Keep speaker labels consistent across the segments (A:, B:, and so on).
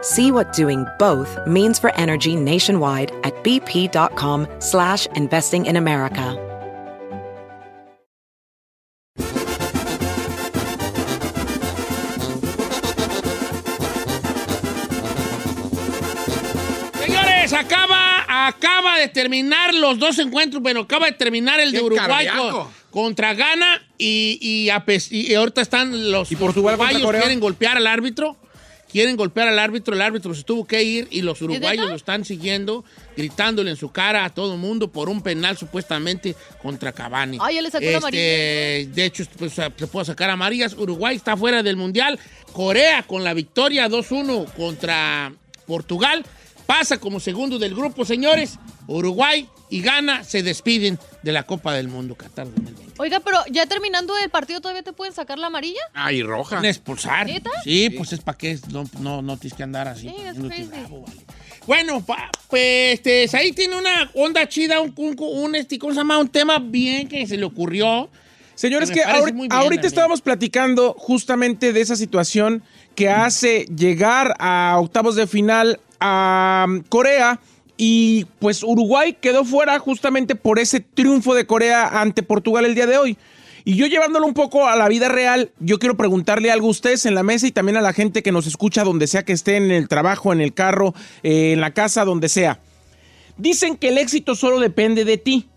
A: See what doing both means for energy nationwide at bp.com slash investing in America.
B: Señores, acaba, acaba de terminar los dos encuentros, bueno, acaba de terminar el de
C: ¡Qué
B: Uruguay
C: cardíaco!
B: con- contra Ghana y, y, a pes- y ahorita están los
C: ¿Y Portugal contra
B: uruguayos
C: Corea?
B: quieren golpear al árbitro, quieren golpear al árbitro, el árbitro se tuvo que ir y los uruguayos lo están siguiendo, gritándole en su cara a todo el mundo por un penal supuestamente contra Cavani.
D: Ay, Ah, ya le sacó la amarilla.
B: Este, De hecho, pues, se puede sacar amarillas. Uruguay está fuera del Mundial. Corea con la victoria 2-1 contra Portugal pasa como segundo del grupo, señores. Uruguay y Ghana se despiden de la Copa del Mundo Qatar 2020.
D: Oiga, pero ya terminando el partido, ¿todavía te pueden sacar la amarilla?
E: Ah,
C: Ay, roja.
B: Van a expulsar.
D: ¿Neta?
B: Ah, Sí, pues es para qué no, no, no tienes que andar así.
D: Sí, that's
B: poniéndote
D: crazy.
B: bravo, vale. Bueno, pa- pues este, ahí tiene una onda chida, un, un, un, este, ¿cómo se llama? un tema bien que se le ocurrió.
E: Señores,
B: Me
E: que
B: parece
E: ahori-
B: muy
E: ahorita,
B: bien, amigo.
E: estábamos platicando justamente de esa situación que hace llegar a octavos de final a um, Corea y pues Uruguay quedó fuera justamente por ese triunfo de Corea ante Portugal el día de hoy. Y yo llevándolo un poco a la vida real, yo quiero preguntarle algo a ustedes en la mesa y también a la gente que nos escucha donde sea que esté, en el trabajo, en el carro, eh, en la casa, donde sea. Dicen que el éxito solo depende de ti.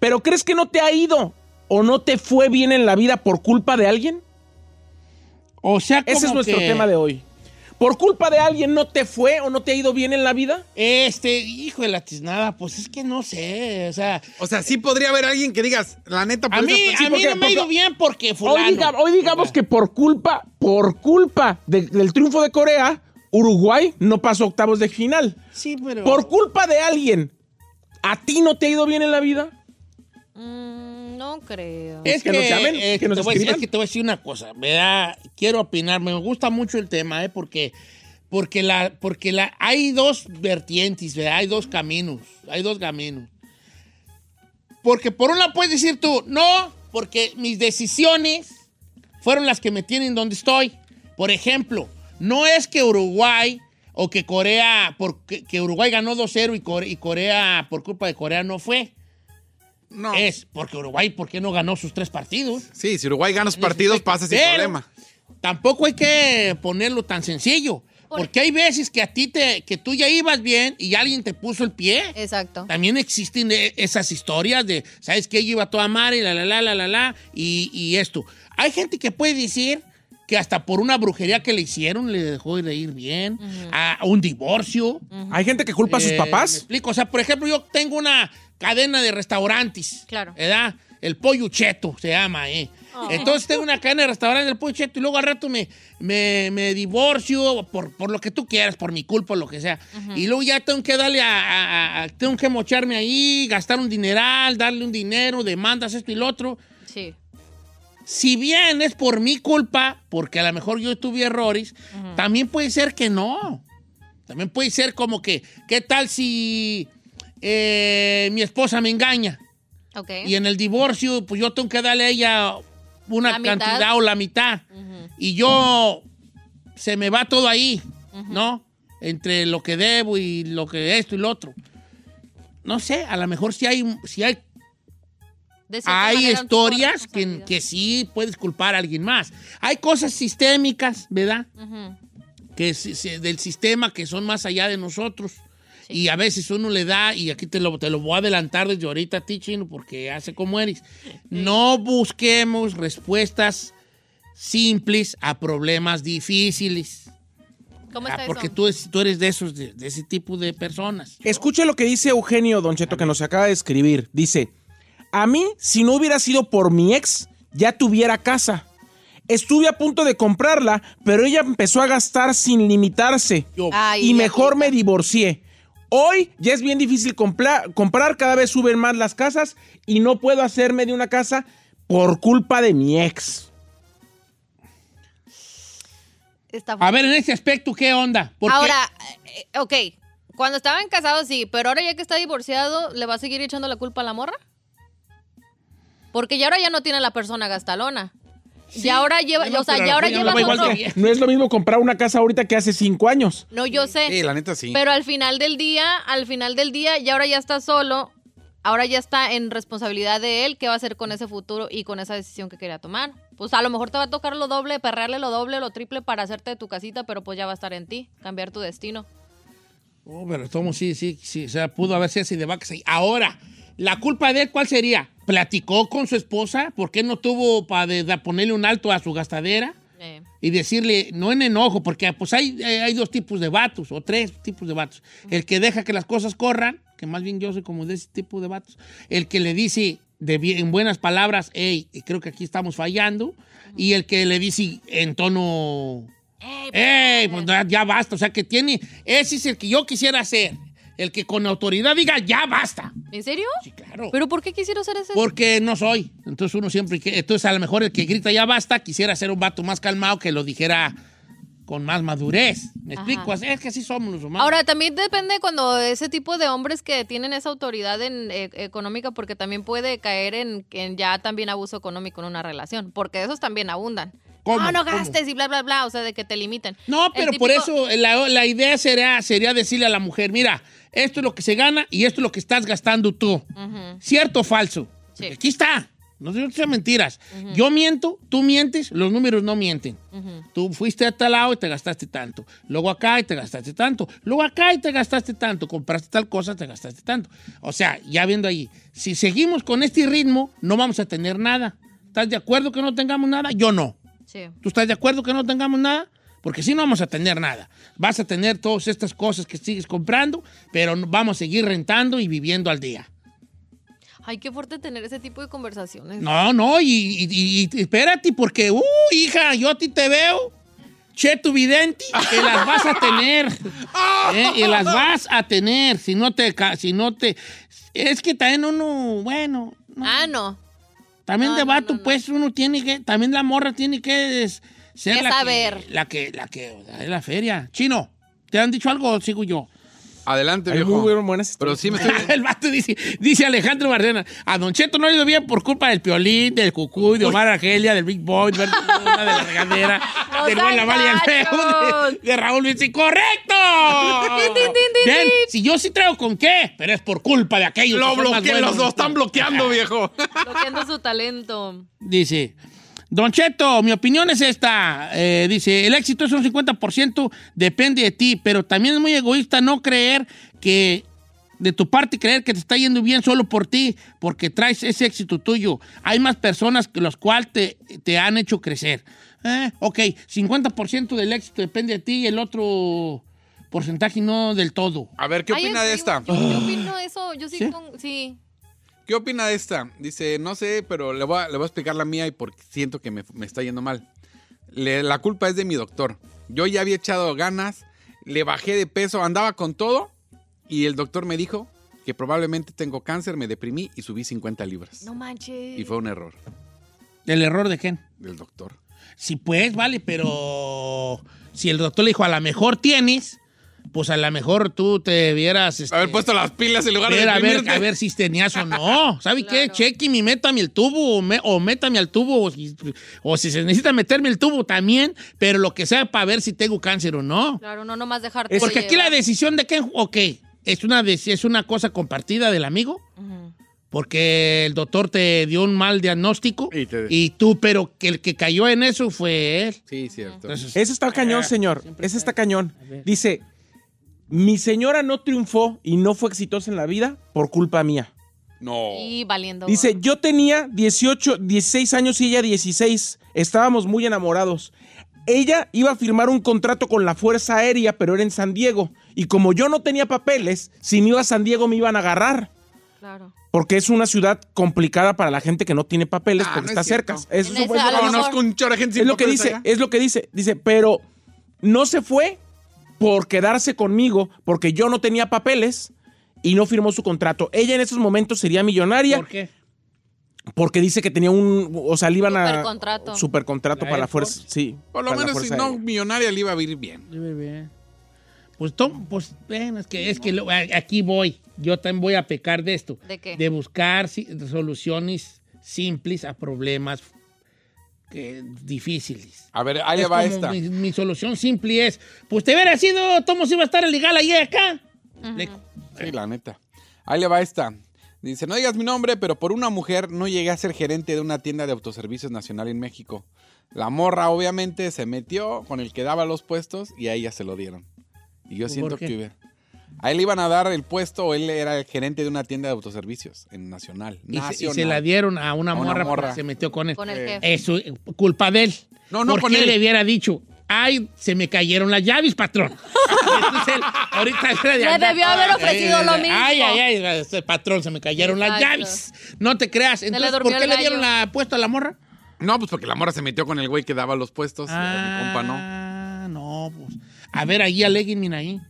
E: ¿Pero crees que no te ha ido o no te fue bien en la vida por culpa de alguien?
B: O sea,
E: Ese es
B: como
E: nuestro
B: que-
E: tema de hoy. ¿Por culpa de alguien no te fue o no te ha ido bien en la vida?
B: Este, hijo de la tiznada, pues es que no sé, o sea,
C: O sea, sí podría haber alguien que digas, la neta, por
B: a
C: esa
B: mí,
C: persona-
B: a mí
E: porque-
B: no me ha ido
E: porque-
B: bien porque fulano.
E: Hoy, diga- hoy digamos que por culpa, por culpa de- del triunfo de Corea, Uruguay no pasó octavos de final.
B: Sí, pero...
E: Por culpa de alguien, ¿a ti no te ha ido bien en la vida?
D: Mm, no creo.
B: Es que,
E: Que nos llamen,
B: eh,
E: que nos
B: te voy a decir-
E: escriban.
B: es que te voy a decir una cosa, ¿verdad? Quiero opinar, me gusta mucho el tema, ¿eh? Porque, porque, la, porque la, hay dos vertientes, ¿verdad? Hay dos caminos, hay dos caminos. Porque por un lado puedes decir tú, no, porque mis decisiones fueron las que me tienen donde estoy. Por ejemplo, no es que Uruguay o que Corea, porque, que Uruguay ganó 2-0 y Core- y Corea, por culpa de Corea, no fue.
C: No.
B: Es porque Uruguay, ¿por qué no ganó sus tres partidos?
C: Sí, si Uruguay gana los partidos, pasa sin
B: Pero
C: problema.
B: Tampoco hay que ponerlo tan sencillo. Porque hay veces que a ti te, que tú ya ibas bien y alguien te puso el pie.
D: Exacto.
B: También existen eh, esas historias de, ¿sabes qué? Yo iba a toda madre, la, la, la, la, la, la, y, y esto. Hay gente que puede decir que hasta por una brujería que le hicieron le dejó de ir bien, a un divorcio.
E: Hay gente que culpa a sus
B: Eh, ¿me
E: papás.
B: explico? O sea, por ejemplo, yo tengo una cadena de restaurantes.
D: Claro.
B: ¿Verdad? El pollo cheto se llama, ¿eh? Entonces tengo una cadena de restaurantes del pollo cheto y luego al rato me, me, me divorcio por, por lo que tú quieras, por mi culpa, lo que sea. Y luego ya tengo que darle a, a- a- a- Tengo que mocharme ahí, gastar un dineral, darle un dinero, demandas, esto y lo otro.
D: Sí.
B: Si bien es por mi culpa, porque a lo mejor yo tuve errores, también puede ser que no. También puede ser como que, ¿qué tal si eh, mi esposa me engaña?
D: Ok.
B: Y en el divorcio, pues yo tengo que darle a ella una
D: La mitad.
B: cantidad o la mitad. Y yo, se me va todo ahí, ¿no? Entre lo que debo y lo que esto y lo otro. No sé, a lo mejor si hay, si hay
D: De cierta
B: hay
D: manera, un tipo de
B: historias que, que
D: responsabilidad.
B: sí puedes culpar a alguien más. Hay cosas sistémicas, ¿verdad?
D: Ujú.
B: Que si- si- del sistema que son más allá de nosotros. Y a veces uno le da, y aquí te lo, te lo voy a adelantar desde ahorita a ti, Chino, porque hace como eres. No busquemos respuestas simples a problemas difíciles.
D: ¿Cómo
B: Ah,
D: está
B: porque
D: eso?
B: Tú, es- tú eres de esos, de, de ese tipo de personas.
E: Escuche lo que dice Eugenio Don Cheto que nos acaba de escribir. Dice, a mí, si no hubiera sido por mi ex, ya tuviera casa. Estuve a punto de comprarla, pero ella empezó a gastar sin limitarse.
B: Yo,
D: Ay,
E: y mejor
D: Diosito.
E: me divorcié. Hoy ya es bien difícil compla- comprar, cada vez suben más las casas y no puedo hacerme de una casa por culpa de mi ex.
D: Está
B: A ver, en ese aspecto, ¿qué onda? Porque
D: Ahora, eh, ok, cuando estaban casados sí, pero ahora ya que está divorciado, ¿le va a seguir echando la culpa a la morra? Porque ya ahora ya no tiene la persona gastalona. y ahora lleva,
B: no,
D: o sea,
B: pero
D: ya ahora
B: al fin
D: llevas
B: no va
D: otro.
B: igual
D: No,
B: que-
E: No es lo mismo comprar una casa ahorita que hace cinco años.
D: yo sé.
C: Sí, la neta sí.
D: Pero al final del día, al final del día, y ahora ya está solo, ahora ya está en responsabilidad de él, qué va a hacer con ese futuro y con esa decisión que quería tomar. Pues a lo mejor te va a tocar lo doble, perrearle lo doble, lo triple para hacerte de tu casita, pero pues ya va a estar en ti, cambiar tu destino.
B: Oh, pero tomo, sí, sí, sí. O sea, pudo haberse así de vacas. ahí. Ahora, ¿la culpa de él cuál sería? ¿Platicó con su esposa? ¿Por qué no tuvo para ponerle un alto a su gastadera?
D: Eh.
B: Y decirle, no en enojo, porque pues hay, hay hay dos tipos de vatos, o tres tipos de vatos. El que deja que las cosas corran, que más bien yo soy como de ese tipo de vatos. El que le dice de bien- en buenas palabras, hey, creo que aquí estamos fallando. Y el que le dice en tono ¡Ey! Pues ya, ya basta. O sea, que tiene. Ese es el que yo quisiera ser. El que con autoridad diga, ya basta.
D: ¿En serio?
B: Sí, claro.
D: ¿Pero por qué quisiera ser ese?
B: Porque no soy. Entonces uno siempre. que- Entonces a lo mejor el que grita, ya basta, quisiera ser un vato más calmado que lo dijera con más madurez. ¿Me
D: Ajá.
B: explico? Es que así somos los humanos.
D: Ahora, también depende cuando ese tipo de hombres que tienen esa autoridad en, eh, económica, porque también puede caer en, en ya también abuso económico en una relación, porque esos también abundan.
B: ¿Cómo?
D: No, no
B: ¿Cómo?
D: gastes y bla, bla, bla, o sea, de que te limiten.
B: No,
D: El
B: pero por
D: típico-
B: eso la, la idea sería, sería decirle a la mujer, mira, esto es lo que se gana y esto es lo que estás gastando tú.
D: Ujú.
B: ¿Cierto o falso?
D: Sí.
B: Porque Aquí está. No te no te sean mentiras. Yo miento, tú mientes, los números no mienten. Tú fuiste a tal lado y te gastaste tanto. Luego acá y te gastaste tanto. Luego acá y te gastaste tanto. Compraste tal cosa, te gastaste tanto. O sea, ya viendo ahí, si seguimos con este ritmo, no vamos a tener nada. ¿Estás de acuerdo que no tengamos nada? Yo no.
D: Sí.
B: ¿Tú estás de acuerdo que no tengamos nada? Porque si no vamos a tener nada. Vas a tener todas estas cosas que sigues comprando, pero no- vamos a seguir rentando y viviendo al día.
D: Ay, qué fuerte tener ese tipo de conversaciones.
B: No, no, y, y- y- y espérate, porque, uh, hija, yo a ti te veo, che tu vidente, que las vas a tener. ¿eh? Y las vas a tener, si no te, ca- si no te, es que también uno, bueno, no,
D: Ah, no.
B: también
D: no,
B: de
D: no,
B: vato,
D: no, no.
B: pues uno tiene que, también la morra tiene que es- ser
D: Que
B: la
D: saber.
B: que, la que, la que, o sea, es la feria. Chino, ¿te han dicho algo o sigo yo?
C: Adelante,
E: Hay
C: viejo.
E: muy buenas
C: Pero
E: historias.
C: sí me estoy...
B: El vato dice, dice Alejandro Barrena, a Don Cheto no le ha ido bien por culpa del Piolín, del Cucuy, de Omar Argelia, del Big Boy, de Berta Luna, de la regadera,
D: No
B: del
D: sean
B: buen Laval y el Feo, de,
D: gachos.
B: de Raúl Luis. ¡Sí, ¡Correcto!
D: Tin, tin, tin, tin,
B: Bien,
D: tin.
B: si yo sí traigo con qué, pero es por culpa de aquellos.
C: Lo
B: que son más
C: bloqueé,
B: buenos.
C: los dos están bloqueando, viejo.
D: Bloqueando su talento.
B: Dice, Don Cheto, mi opinión es esta. Eh, dice, el éxito es un 50%, depende de ti, pero también es muy egoísta no creer que, de tu parte, creer que te está yendo bien solo por ti, porque traes ese éxito tuyo. Hay más personas que los cuales te, te han hecho crecer. Eh, ok, 50% del éxito depende de ti y el otro porcentaje no del todo.
C: A ver, ¿qué
D: Ay,
C: opina
D: yo-
C: de esta?
D: Yo, yo opino eso, yo sí,
B: ¿Sí?
D: con- sí.
C: ¿Qué opina de esta? Dice, no sé, pero le voy a, le voy a explicar la mía y porque siento que me, me está yendo mal. Le- la culpa es de mi doctor. Yo ya había echado ganas, le bajé de peso, andaba con todo y el doctor me dijo que probablemente tengo cáncer, me deprimí y subí 50 libras.
D: No manches.
C: Y fue un error
B: ¿El error de quién?
C: del doctor.
B: Sí, pues, vale, pero si el doctor le dijo, a lo mejor tienes, pues a lo mejor tú te vieras... este,
C: Haber puesto las pilas en lugar de
B: ver, a ver,
C: deprimirte.
B: a ver si tenías o no. ¿Sabe qué?
D: Claro.
B: Chequen y métame el tubo o, me- o métame al tubo o si, o si se necesita meterme el tubo también, pero lo que sea para ver si tengo cáncer o no.
D: Claro, no nomás dejarte.
E: Es-
B: Porque aquí la decisión de quién, ok, es una, de- es una cosa compartida del amigo.
D: Ujú.
B: Porque el doctor te dio un mal diagnóstico
C: Y te-
B: y tú, pero que el que cayó en eso fue él.
C: Sí, cierto.
B: Entonces,
E: Eso está cañón, señor. Ese está cañón. Dice, mi señora no triunfó y no fue exitosa en la vida por culpa mía.
C: No.
D: Y valiendo.
E: Dice, yo tenía 18, 16 años y ella 16. Estábamos muy enamorados. Ella iba a firmar un contrato con la Fuerza Aérea, pero era en San Diego. Y como yo no tenía papeles, si me iba a San Diego me iban a agarrar.
D: Claro.
E: Porque es una ciudad complicada para la gente que no tiene papeles
C: Ah,
E: porque
C: no
E: está
C: es
E: cerca.
C: cierto.
E: Es,
D: En
E: su-
D: esa-
E: es-
D: a lo
C: Conozco
D: mejor-
C: un chorro de gente sin
E: es lo que
C: papeles
E: dice,
C: acá.
E: es lo que dice. Dice, pero no se fue por quedarse conmigo porque yo no tenía papeles y no firmó su contrato. Ella en esos momentos sería millonaria
B: ¿Por qué?
E: porque dice que tenía un, o sea, le iban a
D: Supercontrato.
E: supercontrato
B: La
E: para
B: Air
E: la fuerza,
B: Force.
E: sí.
C: Por lo
E: para la
C: menos si
E: Fuerza
C: no
E: Aérea.
C: millonaria le iba a ir bien.
B: Muy bien. Pues, tom- pues ven, es que, es que lo- a- aquí voy. Yo también voy a pecar de esto.
D: ¿De qué?
B: De buscar si- soluciones simples a problemas que- difíciles.
C: A ver, ahí
B: Es
C: le va
B: como
C: esta.
B: Mi, mi solución simple es, pues te hubiera sido, Tomo si iba a estar el legal ahí acá. Le-
C: Sí, la neta. Ahí le va esta. Dice, no digas mi nombre, pero por una mujer no llegué a ser gerente de una tienda de autoservicios nacional en México. La morra obviamente se metió con el que daba los puestos y a ella se lo dieron. Y yo
B: ¿Por
C: siento
B: qué?
C: que hubiera... A él le iban a dar el puesto o él era el gerente de una tienda de autoservicios en Nacional.
B: y, se, y
C: Nacional.
B: se la dieron a una
C: A una
B: morra, porque
C: morra.
B: se metió con él.
D: Con el
C: Eh,
D: jefe.
B: Eso, eh, culpa de él.
C: No, no
B: ¿Por
C: con
B: qué
C: él.
B: le hubiera dicho? Ay, se me cayeron las llaves, patrón. Entonces él, ahorita era de
D: Le
B: andar.
D: debió haber ofrecido
B: Ay,
D: lo
B: ay,
D: mismo.
B: Ay, ay, ay, este patrón, se me cayeron las
D: Exacto.
B: llaves. No te creas. Entonces,
D: durmió
B: ¿por qué
D: el
B: le dieron
D: gallo.
B: la puesto a la morra?
C: No, pues porque la morra se metió con el güey que daba los puestos. y a mi compa no.
B: Ah, no, pues. A ver, ahí aleguenme ahí.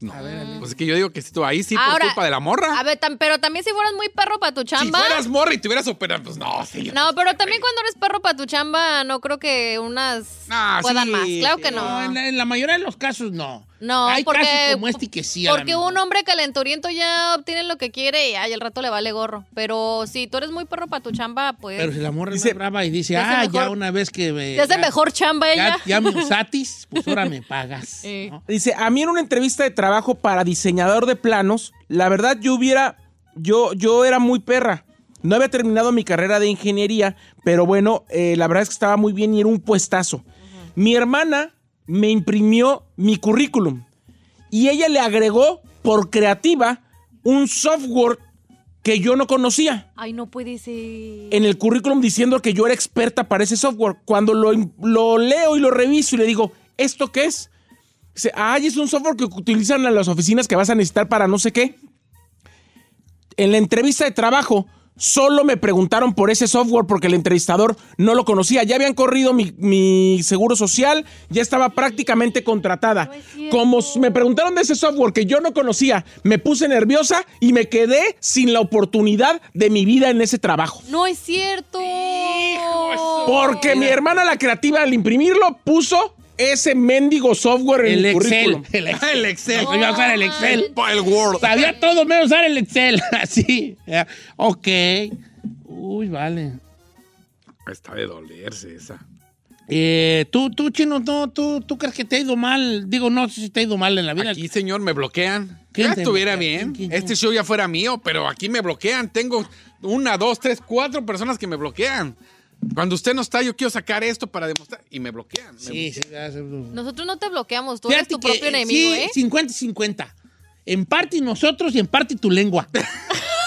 C: No.
B: A ver, Alex.
C: Pues es que yo digo que si tú ahí sí
D: Ahora,
C: por culpa de la morra.
D: A ver, tam- pero también si fueras muy perro para tu
C: si
D: chamba.
C: fueras morra y tuvieras operado, pues no, sí.
D: No, pero también cuando eres perro para tu chamba, no creo que unas
C: Ah,
D: puedan
C: sí,
D: más. Claro
C: sí.
D: que
B: No,
D: no.
B: en, la, en la mayoría de los casos no.
D: No,
B: Hay
D: porque-
B: casos como este que sí. a la
D: Porque
B: mejor.
D: un hombre calenturiento ya obtiene lo que quiere y ay, al rato le vale gorro. Pero si tú eres muy perro para tu chamba, pues
B: Pero si la morra
E: Dice-
B: es más brava y dice,
D: Te hace
B: ah, ya
D: mejor-
B: una vez que me.
D: te hace
B: ya-
D: mejor chamba
B: Ya,
D: ella.
B: ya me usatis, pues ahora me pagas.
D: Sí.
B: ¿no?
E: Dice, a mí en una entrevista de trabajo para diseñador de planos, la verdad yo hubiera, yo, yo era muy perra. No había terminado mi carrera de ingeniería, pero bueno, eh, la verdad es que estaba muy bien y era un puestazo. Mi hermana me imprimió mi currículum y ella le agregó por creativa un software que yo no conocía
D: Ay, no puede ser.
E: en el currículum diciendo que yo era experta para ese software. Cuando lo, lo leo y lo reviso y le digo, ¿esto qué es? Dice, ay, es un software que utilizan en las oficinas que vas a necesitar para no sé qué. En la entrevista de trabajo, solo me preguntaron por ese software porque el entrevistador no lo conocía. Ya habían corrido mi, mi seguro social, ya estaba prácticamente contratada. Como s- me preguntaron de ese software que yo no conocía, me puse nerviosa y me quedé sin la oportunidad de mi vida en ese trabajo.
D: No es cierto.
E: Porque mi hermana, la creativa, al imprimirlo, puso ese mendigo software en
B: El,
E: el,
B: Excel,
E: currículum.
B: el Excel. El Excel.
D: No
B: Yo iba a usar el Excel.
D: manches.
C: El Word.
B: Sabía todo menos usar el Excel. Así. Ya. Ok. Uy, vale.
C: Está de dolerse esa.
B: Eh, tú, tú, chino, no, tú, tú crees que te ha ido mal. Digo, no sé si te ha ido mal en la vida.
C: Aquí, señor, me bloquean.
B: ¿Quién
C: Ya
B: te
C: estuviera
B: bloquea?
C: bien.
B: ¿Quién, quién,
C: este
B: quién?
C: show ya fuera mío, pero aquí me bloquean. Tengo una, dos, tres, cuatro personas que me bloquean. Cuando usted no está, yo quiero sacar esto para demostrar. Y me bloquean. Me
B: Sí, sí, ya sé.
D: Nosotros no te bloqueamos, tú eres
B: Fíjate
D: tu
B: que,
D: propio
B: eh,
D: enemigo,
B: sí,
D: ¿eh?
B: 50 y 50. En parte nosotros y en parte tu lengua.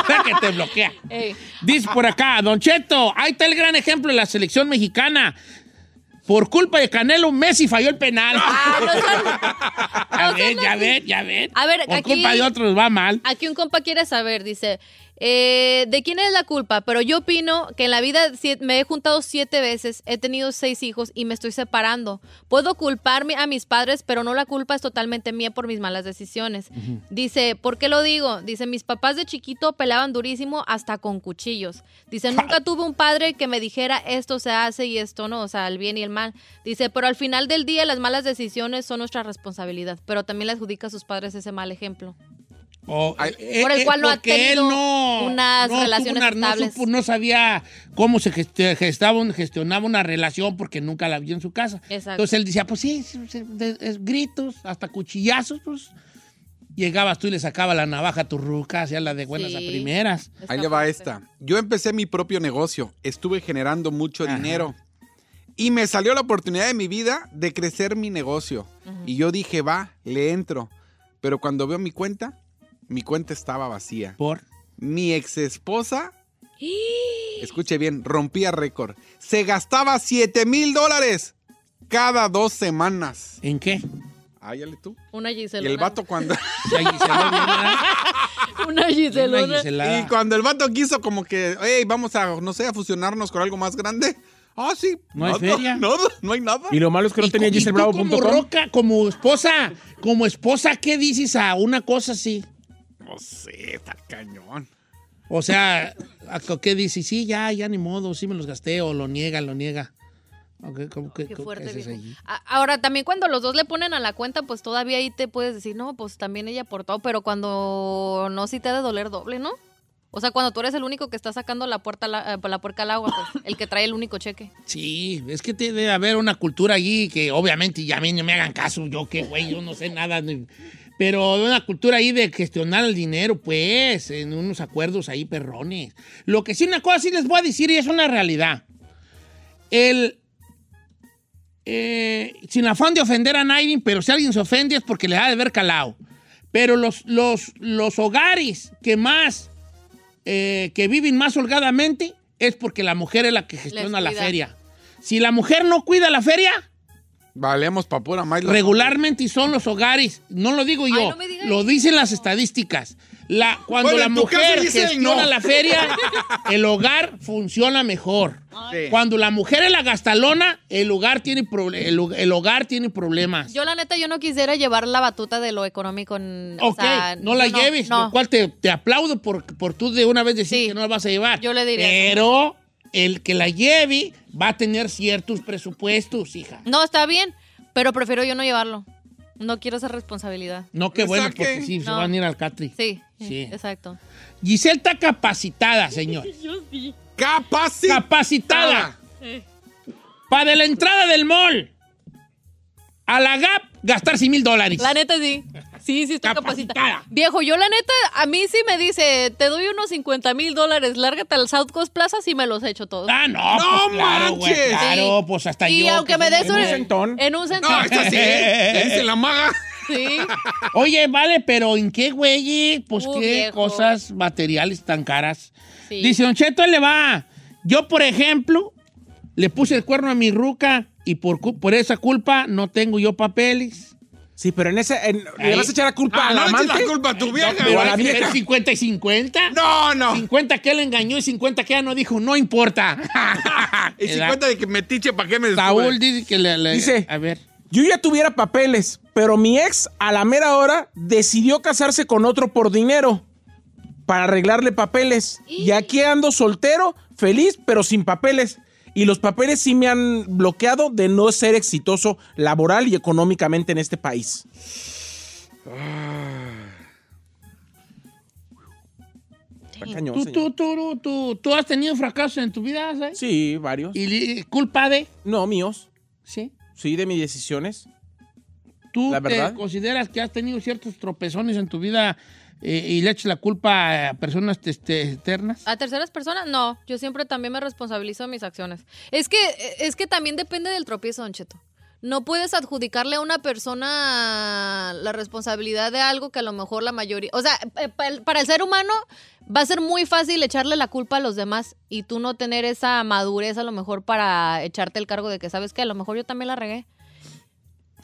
B: es la que te bloquea.
D: Ey.
B: Dice por acá, Don Cheto, ahí está el gran ejemplo de la selección mexicana. Por culpa de Canelo, Messi falló el penal.
D: Ah, no sean-
B: ya
D: no
B: ven,
D: sean
B: ya
D: así.
B: ven, ya ven.
D: A ver,
B: Por
D: aquí-
B: culpa de otros va mal.
D: Aquí un compa quiere saber, dice, eh, ¿de quién es la culpa? Pero yo opino que en la vida si- me he juntado siete veces, he tenido seis hijos y me estoy separando. Puedo culparme a mis padres, pero no la culpa es totalmente mía por mis malas decisiones. Dice, ¿por qué lo digo? Dice, mis papás de chiquito peleaban durísimo hasta con cuchillos. Dice, nunca tuve un padre que me dijera esto se hace y esto no, o sea, el bien y el mal. Dice, pero al final del día las malas decisiones son nuestra responsabilidad, pero también le adjudica a sus padres ese mal ejemplo.
B: O-
C: Ay,
B: eh,
D: por el
B: eh,
D: cual no ha
B: porque él
D: tenido
B: no-
D: unas
B: no tuvo
D: relaciones
B: no
D: estables.
B: supo- no sabía cómo se geste- gestaba un- gestionaba una relación porque nunca la vio en su casa.
D: Exacto.
B: Entonces él decía, pues sí, sí, sí, de- es gritos, hasta cuchillazos, pues. Llegabas tú y le sacaba la navaja a tu ruca, hacía la de buenas a
D: Sí.
B: primeras.
D: Está
C: Ahí le va
D: fuerte.
C: esta. Yo empecé mi propio negocio, estuve generando mucho
B: Ajá.
C: dinero Y me salió la oportunidad de mi vida de crecer mi negocio. Y yo dije, va, le entro. Pero cuando veo mi cuenta, mi cuenta estaba vacía.
B: Por.
C: Mi ex esposa, escuche bien, rompía récord. Se gastaba 7 mil dólares cada dos semanas.
B: ¿En qué?
C: Áyale Ah, tú.
D: Una
C: Y
D: Gisela.
C: el vato cuando...
B: La Giselona, ¿verdad?
D: Una Gisela.
B: Una Giselada.
C: Y cuando el vato quiso como que, hey, vamos a, no sé, a fusionarnos con algo más grande. Ah, sí.
B: No hay
C: Nada,
B: feria.
C: nada, no hay nada.
E: Y lo malo es que no
B: Y
E: tenía
B: co- y tú Como
E: giselbravo.com.
B: roca, como esposa, como esposa, ¿qué dices a una cosa así?
C: No sé, pues está cañón.
B: O sea, ¿a co- ¿qué dices? Sí, ya, ya ni modo, sí me los gasté, o lo niega, lo niega. Ok, ¿cómo que-
D: Oh, Qué
B: cómo
D: fuerte,
B: que haces
D: viejo.
B: ahí?
D: A- Ahora, también cuando los dos le ponen a la cuenta, pues todavía ahí te puedes decir, no, pues también ella aportó, pero cuando no, sí te ha de doler doble, ¿no? O sea, cuando tú eres el único que está sacando la, puerta al a- eh, la puerca al agua, pues, el que trae el único cheque.
B: Sí, es que te- debe haber una cultura allí que obviamente ya a mí no me hagan caso, yo qué güey, yo no sé nada. ni- Pero una cultura ahí de gestionar el dinero, pues, en unos acuerdos ahí perrones. Lo que sí, una cosa sí les voy a decir y es una realidad. El... eh, sin afán de ofender a nadie, pero si alguien se ofende es porque le ha de ver calado. Pero los, los, los hogares que más, eh, que viven más holgadamente es porque la mujer es la que gestiona la
D: cuida.
B: feria. Si la mujer no cuida la feria,
C: Valemos pa' pura más.
B: regularmente son los hogares. No lo digo yo,
D: Ay, no me diga
B: lo
D: eso.
B: dicen las estadísticas. La, cuando
C: Bueno,
B: la
C: en tu caso
B: mujer
C: dice el
B: gestiona
C: no.
B: la feria, el hogar funciona mejor.
C: Sí.
B: Cuando la mujer es la gastalona, el hogar tiene, proble- el, ho- el hogar tiene problemas.
D: Yo, la neta, yo no quisiera llevar la batuta de lo económico. En, o
B: ok,
D: sea,
B: no la lleves, lo cual te, te aplaudo por, por tú de una vez decir
D: Sí.
B: que no la vas a llevar.
D: Yo le diría
B: Pero el que la lleve va a tener ciertos presupuestos, hija.
D: No, está bien, pero prefiero yo no llevarlo. No quiero esa responsabilidad.
B: No, qué
C: ¿Me
B: bueno,
C: saqué?
B: porque sí, se
D: No.
B: van a ir al Catri.
D: Sí,
B: Sí.
D: exacto.
B: Giselle está capacitada, señor.
C: Capacidad.
B: capacitada para la entrada del mall a la GAP gastar 100 mil dólares.
D: La neta sí. Sí, sí, estoy
B: Capacitada.
D: capacitada. Viejo, yo la neta, a mí sí me dice, te doy unos 50 mil dólares, lárgate al South Coast Plaza y me los echo todos.
B: Ah, no,
C: ¡No
B: pues, claro, güey,
C: manches!
B: claro,
D: Sí.
B: pues hasta
D: y
B: yo.
D: aunque
B: que
D: me
B: soy
D: des
B: un-
D: un
E: un centón.
D: En un centón.
C: No, esta sí. ¿eh? Le dice la maga.
D: Sí.
B: Oye, vale, pero ¿en qué, güey? Pues
D: Uh,
B: qué
D: viejo.
B: cosas materiales tan caras.
D: Sí.
B: Dice, Don Cheto, ahí le va. Yo, por ejemplo, le puse el cuerno a mi ruca y por, cu- por esa culpa no tengo yo papeles.
E: Sí, pero en ese. en-
B: Ahí.
E: ¿Le vas a echar la culpa
C: Ah,
E: al
C: no le eches
E: amante?
C: la culpa a tu vieja.
B: Pero
E: a la
B: hay que
E: vieja.
B: ver 50 y 50.
C: No, no.
B: 50 que él engañó y 50 que ella no dijo, no importa.
C: Y 50 de que metiche, ¿para qué me
B: Saúl
C: descubre?
B: dice que le, le-
E: Dice-
B: A ver.
E: Yo ya tuviera papeles, pero mi ex a la mera hora decidió casarse con otro por dinero para arreglarle papeles. Y aquí ando soltero, feliz, pero sin papeles. Y los papeles sí me han bloqueado de no ser exitoso laboral y económicamente en este país. Está cañón,
B: Tú,
E: señor.
B: tú, tú, tú, tú, tú has tenido fracasos en tu vida, ¿sabes?
E: Sí, varios.
B: Y li- culpa de.
E: No, míos.
B: Sí.
E: Sí, de mis decisiones.
B: ¿Tú
E: La
B: te
E: verdad.
B: consideras que has tenido ciertos tropezones en tu vida eh, y le echas la culpa a personas este, externas?
D: ¿A terceras personas? No, yo siempre también me responsabilizo de mis acciones. Es que, es que también depende del tropiezo, Don Cheto. No puedes adjudicarle a una persona la responsabilidad de algo que a lo mejor la mayoría... O sea, eh, pa- el- para el ser humano va a ser muy fácil echarle la culpa a los demás y tú no tener esa madurez a lo mejor para echarte el cargo de que sabes que a lo mejor yo también la regué.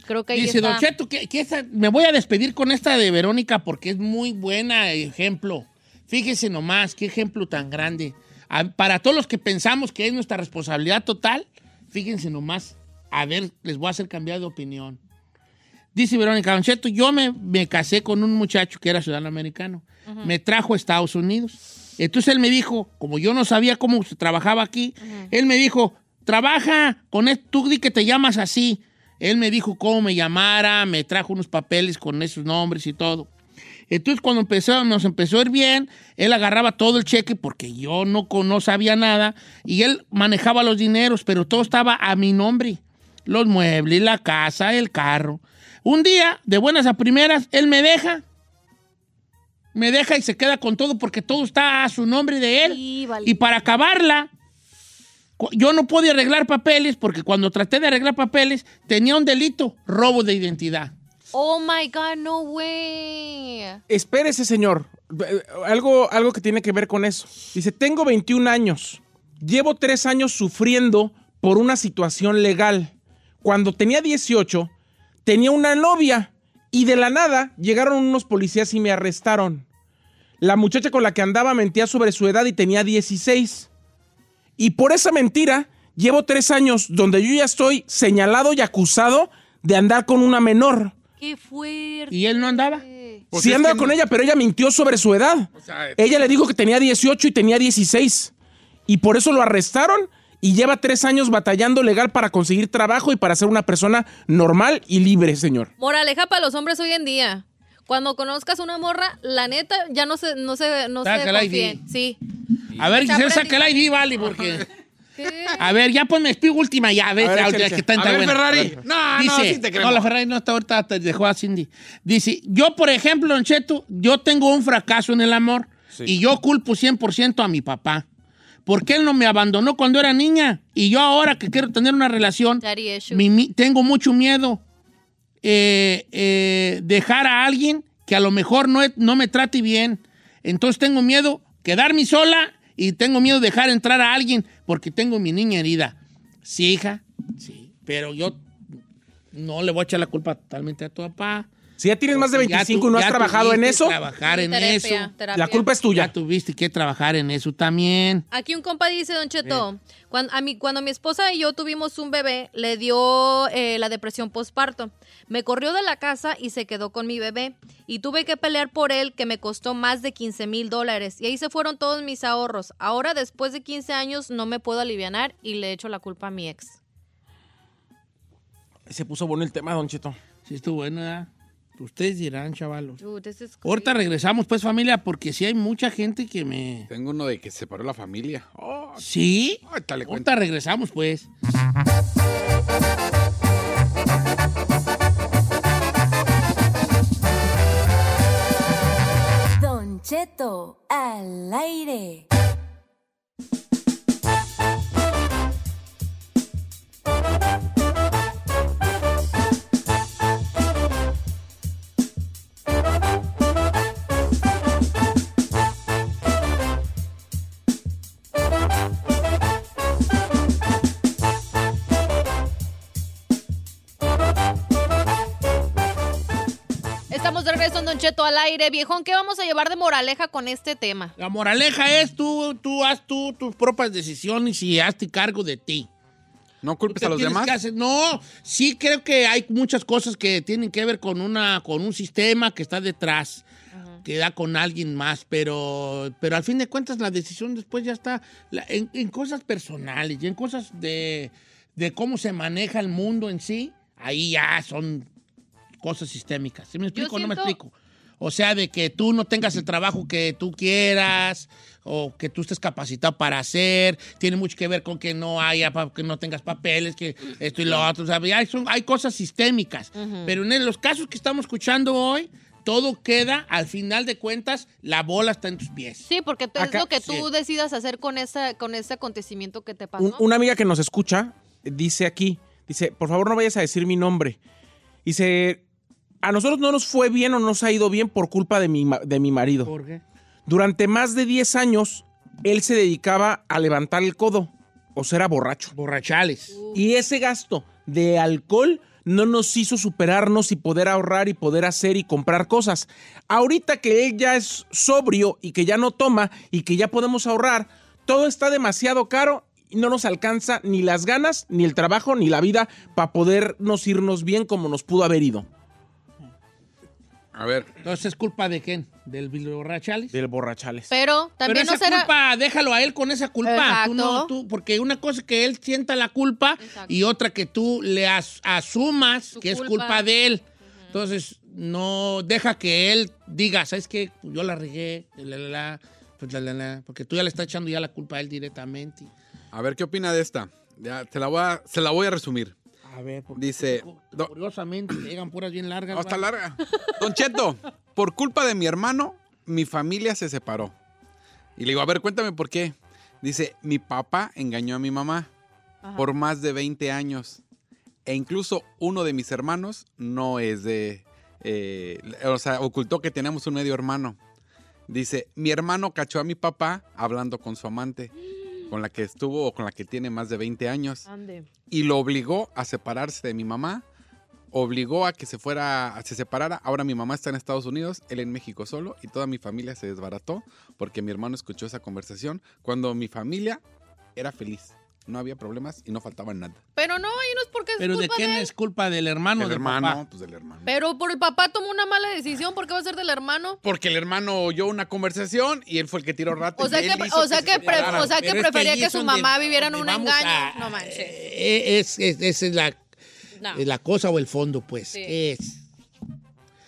D: Creo que ahí
B: Dice,
D: está.
B: Don Cheto, que, que esa- me voy a despedir con esta de Verónica porque es muy buena ejemplo. Fíjese nomás, qué ejemplo tan grande. A- para todos los que pensamos que es nuestra responsabilidad total, fíjense nomás. A ver, les voy a hacer cambiar de opinión. Dice Verónica, Don Cheto, yo me, me casé con un muchacho que era ciudadano americano. Me trajo a Estados Unidos. Entonces él me dijo, como yo no sabía cómo se trabajaba aquí, él me dijo, trabaja con esto, tú di que te llamas así. Él me dijo cómo me llamara, me trajo unos papeles con esos nombres y todo. Entonces cuando empezó, nos empezó a ir bien, él agarraba todo el cheque porque yo no, co- no sabía nada y él manejaba los dineros, pero todo estaba a mi nombre. Los muebles, la casa, el carro. Un día, de buenas a primeras, él me deja. Me deja y se queda con todo porque todo está a su nombre de él.
D: Sí, vale.
B: Y para acabarla, Cu- Yo no pude arreglar papeles porque cuando traté de arreglar papeles tenía un delito, robo de identidad.
D: Oh my God, no way.
E: Espérese, señor. Eh, Algo, algo que tiene que ver con eso. Dice, tengo 21 años. Llevo tres años sufriendo por una situación legal. Cuando tenía 18, tenía una novia y de la nada llegaron unos policías y me arrestaron. La muchacha con la que andaba mentía sobre su edad y tenía 16. Y por esa mentira, llevo tres años donde yo ya estoy señalado y acusado de andar con una menor.
D: Qué fuerte.
B: ¿Y él no andaba?
C: Pues
E: sí
C: es
E: andaba
C: que
E: con
C: no-
E: ella, pero ella mintió sobre su edad.
C: sea,
E: ella le dijo que tenía 18 y tenía 16. Y por eso lo arrestaron y lleva tres años batallando legal para conseguir trabajo y para ser una persona normal y libre, señor.
D: Moraleja para los hombres hoy en día. Cuando conozcas una morra, la neta, ya no se, no se, no se
B: Sácala y
D: confíen. Sí.
B: A ver,
D: Se
B: Giselle,
D: aprende.
B: saca el ID, vale, porque... A ver, ya ponme Speed última ya, a ver,
E: A ver,
B: la
E: échale,
B: última
E: échale.
B: que está
C: A
B: tan
C: ver,
B: buena.
C: Ferrari.
B: A ver.
C: No, no,
B: Dice,
C: sí te queremos.
B: No, la Ferrari no está ahorita, te dejó a Cindy. Dice, yo, por ejemplo, Don Cheto, yo tengo un fracaso en el amor y yo culpo 100% a mi papá. Porque él no me abandonó cuando era niña y yo ahora que quiero tener una relación,
D: Daddy issue.
B: mi- mi- tengo mucho miedo eh, eh, dejar a alguien que a lo mejor no, he- no me trate bien. Entonces tengo miedo quedarme sola y tengo miedo dejar entrar a alguien porque tengo mi niña herida. Sí, hija, sí. Pero yo no le voy a echar la culpa totalmente a tu papá.
E: Si ya tienes más de
B: Porque ya
E: 25
B: tu-
E: y no has
B: ya
E: trabajado en
B: tuviste
E: eso,
B: Trabajar en eso.
D: Terapia, terapia.
E: la culpa es
B: Ya
E: tuya.
B: tuviste que trabajar en eso también.
D: Aquí un compa dice, Don Cheto, cuando, a mi, cuando mi esposa y yo tuvimos un bebé, le dio eh, la depresión postparto. Me corrió de la casa y se quedó con mi bebé. Y tuve que pelear por él, que me costó más de 15 mil dólares. Y ahí se fueron todos mis ahorros. Ahora, después de 15 años, no me puedo alivianar y le echo la culpa a mi ex.
E: Se puso bueno el tema, Don Cheto.
B: Sí, estuvo bueno, ¿verdad? Ustedes dirán, chavalos.
D: Dude, this is crazy.
B: Ahorita regresamos, pues, familia, porque sí hay mucha gente que me...
C: Tengo uno de que se separó la familia. Oh,
B: ¿Sí?
C: ahorita le cuento.
B: Ahorita regresamos, pues.
F: Don Cheto al aire.
D: Estamos de regreso en Don Cheto al aire. Viejón, ¿qué vamos a llevar de moraleja con este tema?
B: La moraleja es tú, tú haz tú tus propias decisiones y hazte cargo de ti.
C: ¿No culpes
B: Usted
C: a los
B: tienes
C: demás?
B: que hacer- No, sí creo que hay muchas cosas que tienen que ver con, una, con un sistema que está detrás, que da con alguien más, pero, pero al fin de cuentas la decisión después ya está la- en, en cosas personales y en cosas de, de cómo se maneja el mundo en sí, ahí ya son cosas sistémicas. ¿Sí me explico o no me
D: siento-
B: explico? O sea, de que tú no tengas el trabajo que tú quieras o que tú estés capacitado para hacer, tiene mucho que ver con que no haya, pa- que no tengas papeles, que esto y lo otro, ¿sabes? Hay, son- hay cosas sistémicas, pero en los casos que estamos escuchando hoy, todo queda, al final de cuentas, la bola está en tus pies.
D: Sí, porque tú-
E: Acá-
D: es lo que
B: sí.
D: tú decidas hacer con, esa, con ese acontecimiento que te pasó.
E: Un- una amiga que nos escucha dice aquí, dice, por favor no vayas a decir mi nombre. Dice, a nosotros no nos fue bien o no nos ha ido bien por culpa de mi, ma- de mi marido.
B: Jorge.
E: Durante más de 10 años, él se dedicaba a levantar el codo, o sea, era borracho.
B: Borrachales.
E: Y ese gasto de alcohol no nos hizo superarnos y poder ahorrar y poder hacer y comprar cosas. Ahorita que él ya es sobrio y que ya no toma y que ya podemos ahorrar, todo está demasiado caro y no nos alcanza ni las ganas, ni el trabajo, ni la vida para podernos irnos bien como nos pudo haber ido.
C: A ver,
B: Entonces, ¿es culpa de quién? ¿Del borrachales?
E: Del borrachales.
D: Pero también
B: Pero
D: no
B: esa
D: será...
B: culpa, déjalo a él con esa culpa. Tú no,
D: Exacto.
B: tú- porque una cosa es que él sienta la culpa
D: Exacto.
B: y otra que tú le as- asumas
D: Su
B: que es
D: culpa.
B: culpa de él. Entonces, no deja que él diga, ¿sabes qué? Pues yo la regué, la, la, la, pues, la, la, la", porque tú ya le estás echando ya la culpa a él directamente.
C: a ver, ¿qué opina de esta? Ya, te la voy a, se la voy a resumir.
B: A ver, porque
C: Dice, do-
B: curiosamente llegan puras bien largas.
C: No, está
B: va.
C: larga. Don Cheto, por culpa de mi hermano, mi familia se separó. Y le digo, a ver, cuéntame por qué. Dice, mi papá engañó a mi mamá
D: Ajá.
C: por más de 20 años. E incluso uno de mis hermanos no es de... eh, o sea, ocultó que tenemos un medio hermano. Dice, mi hermano cachó a mi papá hablando con su amante, con la que estuvo o con la que tiene más de 20 años
D: Ande.
C: y lo obligó a separarse de mi mamá. Obligó a que se fuera, se separara. Ahora mi mamá está en Estados Unidos, él en México solo y toda mi familia se desbarató porque mi hermano escuchó esa conversación cuando mi familia era feliz. No había problemas y no faltaba nada.
D: Pero no, ahí no es porque es
B: ¿Pero de
D: culpa
B: quién
D: él.
B: es culpa? ¿Del hermano o
C: el
B: del
C: hermano,
B: papá?
C: pues del hermano.
D: Pero por el papá tomó una mala decisión, ¿por qué va a ser del hermano?
C: Porque el hermano oyó una conversación y él fue el que tiró rato.
D: O
B: Pues
C: y
D: sea
C: él
D: que,
C: hizo
D: o sea
C: se
D: que, pre-
C: separaran.
D: o sea que
B: Pero es
D: prefería
B: ahí
D: que
B: es
D: su
B: donde-
D: mamá viviera en
B: donde
D: un
B: vamos
D: engaño.
B: a-
D: no manches.
B: Eh, es, es- esa es la,
D: No.
B: es la cosa o el fondo, pues.
D: Sí.
B: Es.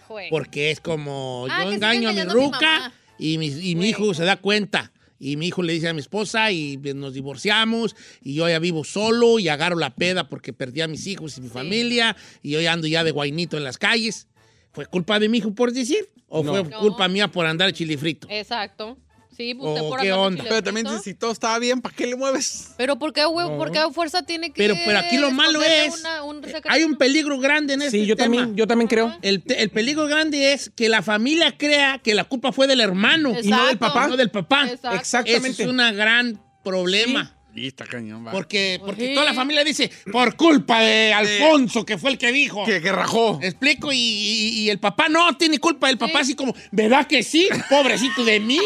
D: Joder.
B: Porque es como
D: Ah,
B: yo
D: que sigue
B: engaño a mi
D: engañando a mi
B: ruca
D: mamá.
B: y, mi, y mi hijo se da cuenta. Y mi hijo le dice a mi esposa y pues, nos divorciamos y yo ya vivo solo y agarro la peda porque perdí a mis hijos y mi familia y yo ya ando ya de guainito en las calles. ¿Fue culpa de mi hijo por decir? ¿O
C: No.
B: fue
D: No.
B: culpa mía por andar chilifrito?
D: Exacto. Sí, pues, usted
B: Oh,
D: por
B: ¿qué
D: andar de
B: onda?
C: Pero también
D: chilefrito.
C: dice, si todo estaba bien, ¿para qué le mueves?
D: Pero ¿por qué, güey? ¿Por qué a fuerza tiene que
B: Pero, pero aquí lo malo
D: esconderle
B: es...
D: una- un
B: eh,
D: secreto?
B: hay un peligro grande en este
E: Sí, yo
B: tema.
E: también, yo también creo.
B: El, te- el peligro grande es que la familia crea que la culpa fue del hermano
D: Y no del Exacto. papá.
B: No del papá.
D: Exacto.
B: Ese es un gran problema.
C: Y está cañón, va.
B: Porque, porque
D: Sí.
B: toda la familia dice, por culpa de Alfonso, que fue el que dijo.
C: Que, que rajó.
B: Explico, y, y- y el papá no tiene culpa. El papá así como, ¿verdad que sí? Pobrecito de mí.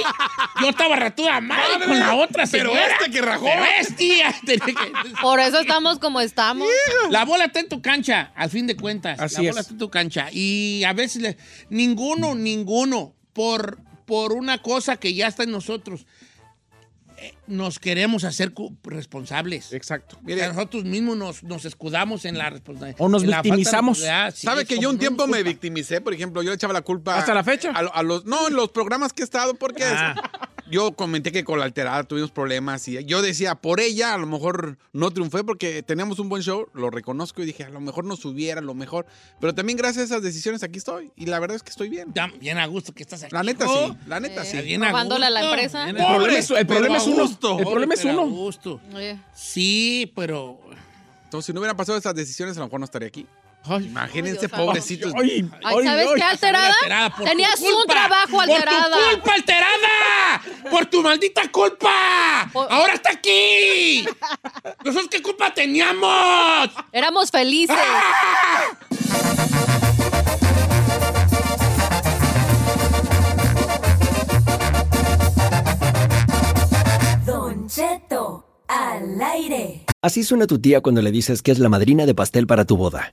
B: Yo estaba ratuda madre con la otra
C: Pero
B: señora.
C: este que rajó.
B: Pero este, ya tenía que-
D: Por eso estamos como estamos.
B: la bola está en tu cancha, al fin de cuentas.
E: Así
B: la bola
E: es.
B: está en tu cancha. Y a veces le- ninguno, ninguno, por, por una cosa que ya está en nosotros, eh, nos queremos hacer cu- responsables.
E: Exacto.
B: O sea, nosotros mismos nos, nos escudamos en la responsabilidad.
E: O nos
B: en la falta de
E: victimizamos.
B: responsabilidad. Sí,
C: ¿Sabe
B: es
C: que
B: como,
C: yo un
B: no,
C: tiempo me
B: disculpa.
C: victimicé? Por ejemplo, yo le echaba la culpa.
E: ¿Hasta la fecha?
C: A, lo- a los, no, en los programas que he estado, porque
B: Ah.
C: yo comenté que con la alterada tuvimos problemas y yo decía, por ella a lo mejor no triunfé porque teníamos un buen show, lo reconozco y dije, a lo mejor nos hubiera, a lo mejor. Pero también gracias a esas decisiones aquí estoy y la verdad es que estoy bien.
B: Ya, Bien a gusto que estás aquí.
C: La neta
B: hijo.
C: sí, la neta
D: Eh,
C: sí.
B: Bien a
D: Robándole a la
B: gusto,
D: empresa.
B: bien a
E: El
B: gusto.
E: problema es- el
B: Pero
E: problema
B: a
E: es uno.
B: gusto.
E: El problema es
B: Pero a
E: uno.
B: gusto.
D: Eh,
B: Sí, pero...
C: Entonces, si no hubieran pasado esas decisiones, a lo mejor no estaría aquí.
B: Ay,
C: Imagínense,
D: Ay, Dios,
C: pobrecitos.
E: Ay,
D: Ay,
E: ay,
D: ¿sabes
E: ay.
D: qué alterada?
B: Alterada por tu
D: Tenías un
B: culpa.
D: trabajo alterada.
B: ¡Por tu culpa alterada! ¡Por tu maldita culpa!
D: Por-
B: ¡Ahora está aquí! ¿Nosotros qué culpa teníamos?
D: Éramos felices.
F: Don Cheto al aire.
G: Así suena tu tía cuando le dices que es la madrina de pastel para tu boda.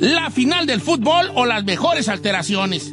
B: La final del fútbol o las mejores alteraciones.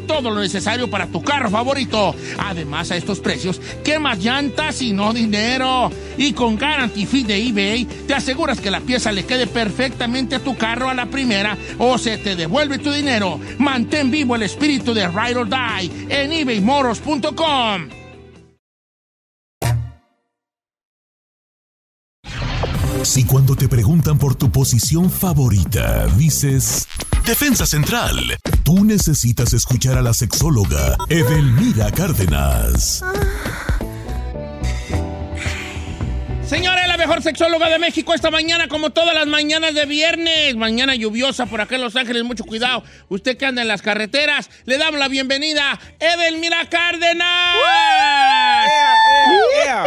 B: todo lo necesario para tu carro favorito. Además, a estos precios, ¿qué más llantas y no dinero? Y con Guarantee Fee de eBay, te aseguras que la pieza le quede perfectamente a tu carro a la primera o se te devuelve tu dinero. Mantén vivo el espíritu de Ride or Die en eBayMoros.com.
H: Si cuando te preguntan por tu posición favorita, dices Defensa Central, tú necesitas escuchar a la sexóloga Edelmira Cárdenas.
B: Señores, la mejor sexóloga de México esta mañana, como todas las mañanas de viernes. Mañana lluviosa por acá en Los Ángeles, mucho cuidado. Usted que anda en las carreteras, le damos la bienvenida, Edelmira Cárdenas.
E: Ea, ea, ea.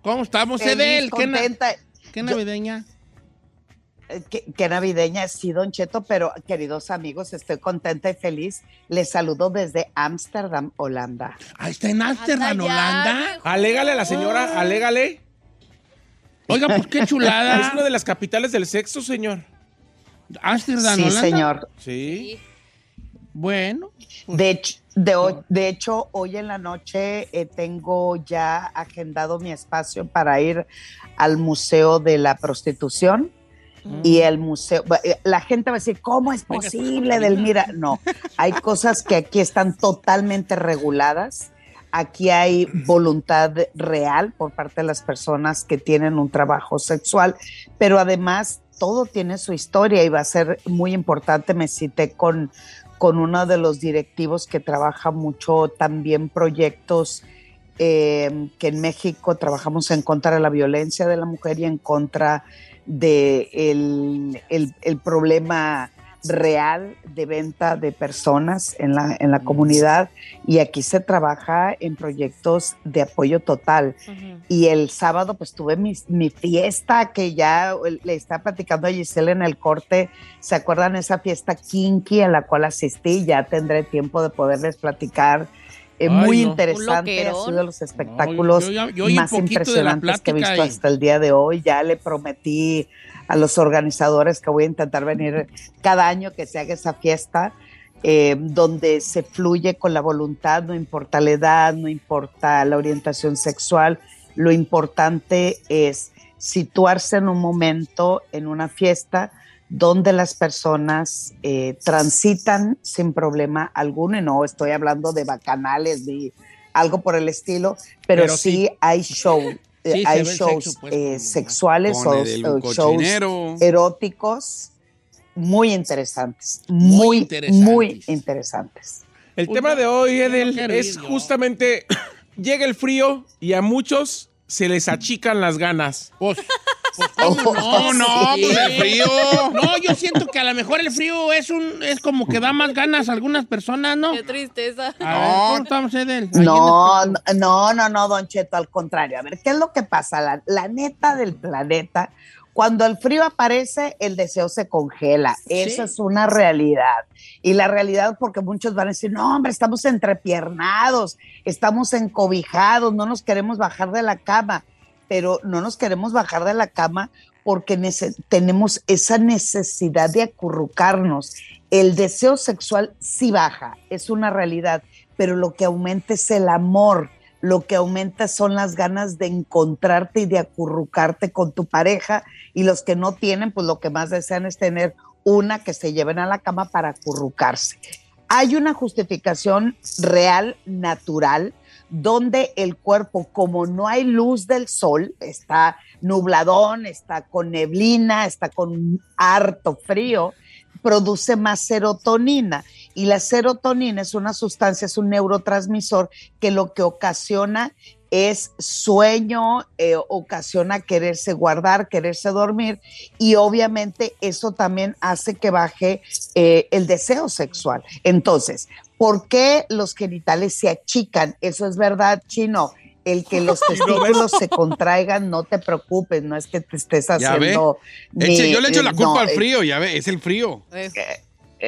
B: ¿Cómo estamos,
I: Feliz,
B: Edel? ¿Qué, na-
I: contenta.
B: qué navideña?
I: Eh, Qué, qué navideña, sí, Don Cheto, pero queridos amigos, estoy contenta y feliz. Les saludo desde Ámsterdam, Holanda.
B: Ahí Ah, está en Ámsterdam,
D: Anda ya,
B: Holanda.
E: Alégale a la señora, alégale.
B: Oiga, pues qué
E: Es una
B: chulada.
E: de las capitales del sexo, señor.
B: Ámsterdam,
I: sí,
B: Holanda.
I: señor.
E: Sí.
B: Bueno, pues,
I: De hecho, de, ho- de hecho, hoy en la noche eh, tengo ya agendado mi espacio para ir al Museo de la Prostitución y el museo. ba- eh, La gente va a decir, ¿cómo es
B: Venga, pues,
I: posible, Delmira? No, hay cosas que aquí están totalmente reguladas. Aquí hay voluntad real por parte de las personas que tienen un trabajo sexual, pero además todo tiene su historia y va a ser muy importante. Me cité con, con uno de los directivos que trabaja mucho también proyectos eh, que en México trabajamos en contra de la violencia de la mujer y en contra de el, el- el problema real de venta de personas en la, en la comunidad y aquí se trabaja en proyectos de apoyo total y el sábado pues tuve mi, mi fiesta que ya le estaba platicando a Giselle en el corte. ¿Se acuerdan esa fiesta kinky a la cual asistí? Ya tendré tiempo de poderles platicar. Eh,
B: Ay,
I: muy
B: no.
I: interesante, ha
D: Loquerón.
I: sido de los espectáculos
B: No, yo- yo- yo oí
I: más
B: poquito de la
I: impresionantes que he visto
B: plática y-
I: hasta el día de hoy. Ya le prometí a los organizadores que voy a intentar venir cada año que se haga esa fiesta, eh, donde se fluye con la voluntad, no importa la edad, no importa la orientación sexual, lo importante es situarse en un momento, en una fiesta, donde las personas eh, transitan sin problema alguno, y no estoy hablando de bacanales ni algo por el estilo, pero,
B: Pero
I: sí, hay show, eh,
B: Sí, se
I: hay
B: ve el
I: shows
B: sexo, pues,
I: eh,
B: como-
I: sexuales
C: Con
I: o,
C: el del
I: o shows
C: cochinero.
I: eróticos muy interesantes,
B: Muy
I: muy, muy interesantes.
B: interesantes.
E: El
B: Uy,
E: tema
B: no.
E: de hoy,
B: Yo no
E: Edel,
B: quiero
E: es
B: ir, yo.
E: justamente llega el frío y a muchos se les achican las ganas.
B: pues, pues ¿cómo
C: No, no,
B: Sí.
C: pues el frío.
B: No, yo siento que a lo mejor el frío es un es como que da más ganas a algunas personas, ¿no?
D: Qué tristeza.
B: A ver,
C: No.
B: ¿cómo estamos, Edel?
I: No, no, no, no, no, Don Cheto, al contrario. A ver, ¿qué es lo que pasa? La, la neta del planeta, cuando el frío aparece, el deseo se congela. Esa es una realidad. Y la realidad, porque muchos van a decir, no, hombre, estamos entrepiernados, estamos encobijados, no nos queremos bajar de la cama, pero no nos queremos bajar de la cama porque nece- tenemos esa necesidad de acurrucarnos. El deseo sexual sí baja, es una realidad, pero lo que aumenta es el amor, lo que aumenta son las ganas de encontrarte y de acurrucarte con tu pareja y los que no tienen, pues lo que más desean es tener una que se lleven a la cama para acurrucarse. Hay una justificación real, natural, donde el cuerpo, como no hay luz del sol, está nubladón, está con neblina, está con harto frío, produce más serotonina. Y la serotonina es una sustancia, es un neurotransmisor que lo que ocasiona es sueño, eh, ocasiona quererse guardar, quererse dormir y obviamente eso también hace que baje eh, el deseo sexual. Entonces, ¿por qué los genitales se achican? Eso es verdad, chino. El que los testículos se contraigan, no te preocupes, no es que te estés
C: Ya ve.
I: haciendo... ni-
C: Eche, yo le echo la
I: no,
C: culpa al
I: eh,
C: frío, ya ve, es el frío.
D: Es-
I: eh,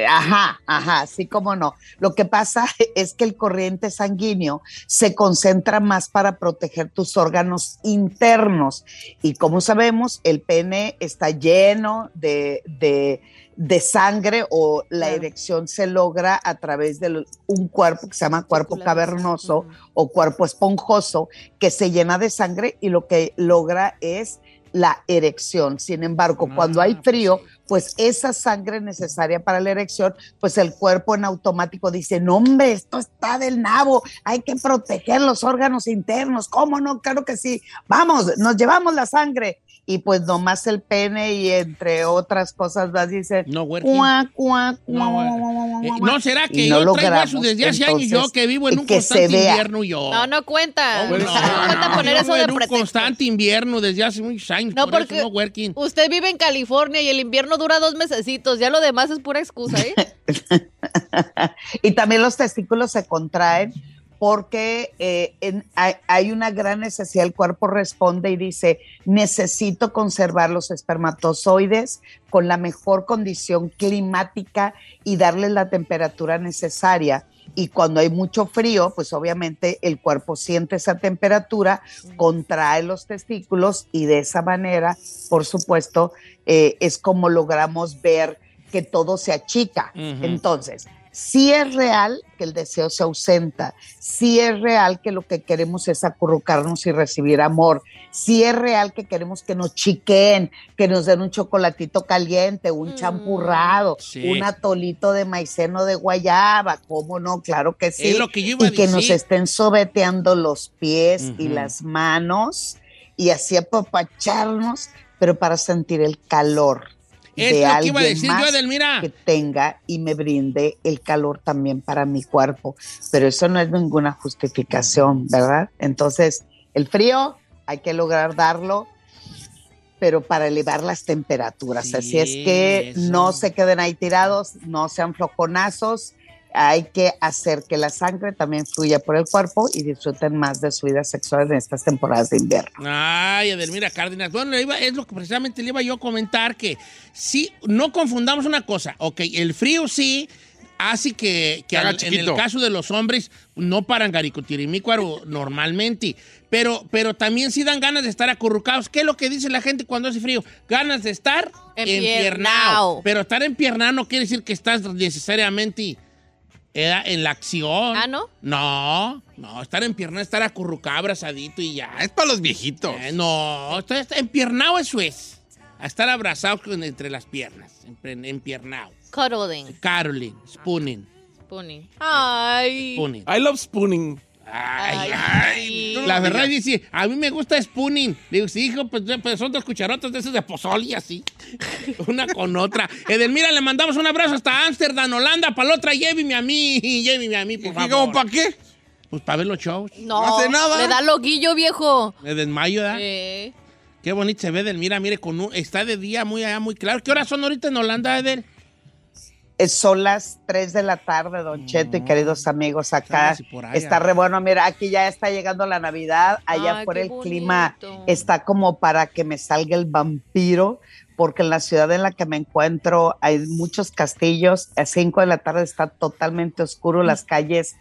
I: Ajá, ajá, sí, cómo no. Lo que pasa es que el corriente sanguíneo se concentra más para proteger tus órganos internos. Y como sabemos, el pene está lleno de, de- de sangre o la
D: Claro.
I: erección se logra a través de lo- un cuerpo que se llama cuerpo
D: Circulares.
I: cavernoso
D: Ujú.
I: o cuerpo esponjoso que se llena de sangre y lo que logra es la erección. Sin embargo,
B: Ah,
I: cuando hay
B: pues
I: frío,
B: sí.
I: pues esa sangre necesaria para la erección, pues el cuerpo en automático dice, no hombre, esto está del nabo, hay que proteger los órganos internos, ¿cómo no? Claro que sí, vamos, nos llevamos la sangre. Y pues nomás el pene y entre otras cosas más dice,
B: No, güey.
I: cuá, cuá, cuá,
B: No,
I: cuá,
B: eh,
I: cuá, cuá,
B: Eh,
I: cuá, cuá".
B: no será que
I: Y
B: yo
I: no
B: traigo eso
I: logramos,
B: desde hace años yo
I: entonces,
B: que vivo en un
I: que se
B: constante
I: vea.
B: invierno yo.
D: No, no
B: No,
D: cuenta. No,
B: pues,
C: no,
D: cuenta
C: no.
D: poner
B: Yo
D: eso
B: vivo
D: de
B: en un
D: pretexto.
B: constante invierno desde hace muchos años.
D: No,
B: por eso
D: porque-
B: no working.
D: Usted vive en California y el invierno dura dos mesecitos. Ya lo demás es pura excusa, ¿eh?
I: y también los testículos se contraen porque eh, en- hay, hay una gran necesidad, el cuerpo responde y dice, necesito conservar los espermatozoides con la mejor condición climática y darles la temperatura necesaria. Y cuando hay mucho frío, pues obviamente el cuerpo siente esa temperatura, contrae los testículos y de esa manera, por supuesto, eh, es como logramos ver que todo se achica.
J: Ujú.
I: Entonces, sí es real que el deseo se ausenta, sí es real que lo que queremos es acurrucarnos y recibir amor, sí es real que queremos que nos chiquen, que nos den un chocolatito caliente, un champurrado,
B: Sí.
I: un atolito de maiceno de guayaba, ¿cómo no? Claro que sí.
B: Es lo que yo iba a
I: y que nos
B: decir.
I: estén sobeteando los pies y
B: Ujú.
I: las manos y así apapacharnos, pero para sentir el calor.
B: Es lo
I: de
B: que iba a
I: alguien
B: decir yo,
I: más
B: Edelmira.
I: que tenga y me brinde el calor también para mi cuerpo. Pero eso no es ninguna justificación, ¿verdad? Entonces, el frío hay que lograr darlo, pero para elevar las temperaturas. Así es que no se queden ahí tirados, no sean floconazos. Hay que hacer que la sangre también fluya por el cuerpo y disfruten más de su vida sexual en estas temporadas de invierno.
B: Ay, Edelmira Cárdenas. Bueno, le iba- es lo que precisamente le iba yo a comentar, que sí, no confundamos una cosa. Ok, el frío sí hace que, que
C: haga
B: al- en
C: chiquito.
B: el caso de los hombres no paran garicutirimícuaro normalmente, pero, pero también sí dan ganas de estar acurrucados. ¿Qué es lo que dice la gente cuando hace frío? Ganas de estar
D: Empiernao.
B: empiernao. Pero estar empiernao no quiere decir que estás necesariamente eh, en la acción.
D: Ah, ¿no?
B: No, no, estar en pierna, estar acurrucado, abrazadito y ya. Es para los viejitos. Eh, no, estar, estar empiernado eso es. A estar abrazado con- entre las piernas, en- empiernado.
D: Cuddling.
B: Caroling, spooning,
D: Spooning. Ay.
B: spooning.
E: I love spooning.
B: Ay,
D: Sí.
B: La verdad dice, a mí me gusta spooning. Le digo, sí, hijo, pues, pues, son dos cucharotas de esas de pozol y así. Una con otra. Edelmira, le mandamos un abrazo hasta Ámsterdam, Holanda, para la otra, lléveme a mí, lléveme a mí, por favor.
C: cómo,
B: para qué? Pues para ver los shows.
D: No, le da loguillo, viejo.
B: Me desmayo, ¿verdad?
D: Eh,
B: Qué bonito se ve, Edelmira. Mire, con un- está de día muy allá, muy claro. ¿Qué horas son ahorita en Holanda, Edel?
I: Eh, Son las 3 de la tarde, Don Cheto y queridos amigos acá.
B: ahí,
I: Está
B: ah.
I: re bueno, mira, aquí ya está llegando la Navidad, allá
D: Ay,
I: por
D: qué
I: el clima
D: bonito.
I: está como para que me salga el vampiro, porque en la ciudad en la que me encuentro hay muchos castillos, a 5 de la tarde está totalmente oscuro,
C: Mm.
I: las calles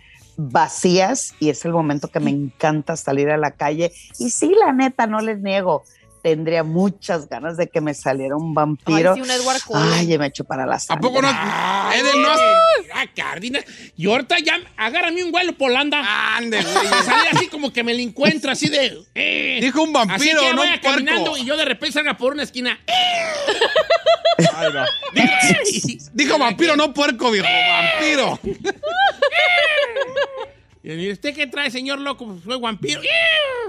I: vacías y es el momento que me encanta salir a la calle. Y sí, la neta, no les niego. Tendría muchas ganas de que me saliera un vampiro.
D: sí, un Edward Cullen.
I: Ay, ya me echo para la sangre.
C: poco no? Edel, no has-
B: Ah, Cárdenas. Y ahorita ya, agárrame un vuelo por Holanda. Ande, güey. Sale así como que me lo encuentro, así de. eh.
C: Dijo un vampiro,
B: Así que
C: no
B: vaya
C: un puerco.
B: caminando y yo de repente salga por una esquina.
C: Dijo vampiro, no puerco, viejo. Vampiro.
B: Y le digo, ¿usted qué trae, señor loco? Pues soy vampiro.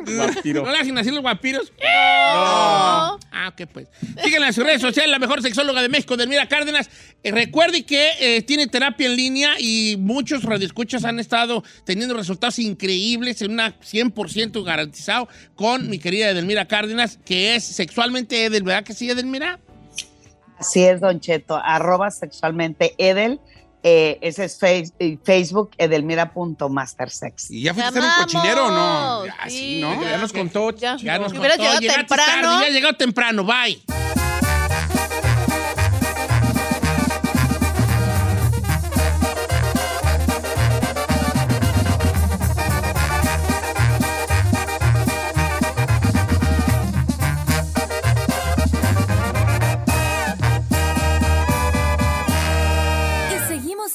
C: Vampiro.
B: ¿No le hacen así los vampiros?
D: No.
B: Ah, ok, pues. Síguenla en sus redes sociales, la mejor sexóloga de México, Delmira Cárdenas. Eh, recuerde que eh, tiene terapia en línea y muchos radioescuchas han estado teniendo resultados increíbles en una 100% garantizado con mi querida Edelmira Cárdenas, que es sexualmente Edel, ¿verdad que sí, Edelmira?
I: Así es, Don Cheto, arroba sexualmente Edel. eh, ese es face- eh, Facebook, edelmira.mastersex.
C: ¿Y ya fuiste a
D: Te
C: ser un cochinero o no?
D: amamos,
C: Ya, sí,
D: sí,
C: ¿no?
D: ya.
C: Ya nos contó.
D: ya.
B: Ya nos
D: Si
B: contó,
D: hubieras llegado
B: llegaste
D: temprano.
B: tarde, ya llegó temprano, bye.
F: Y seguimos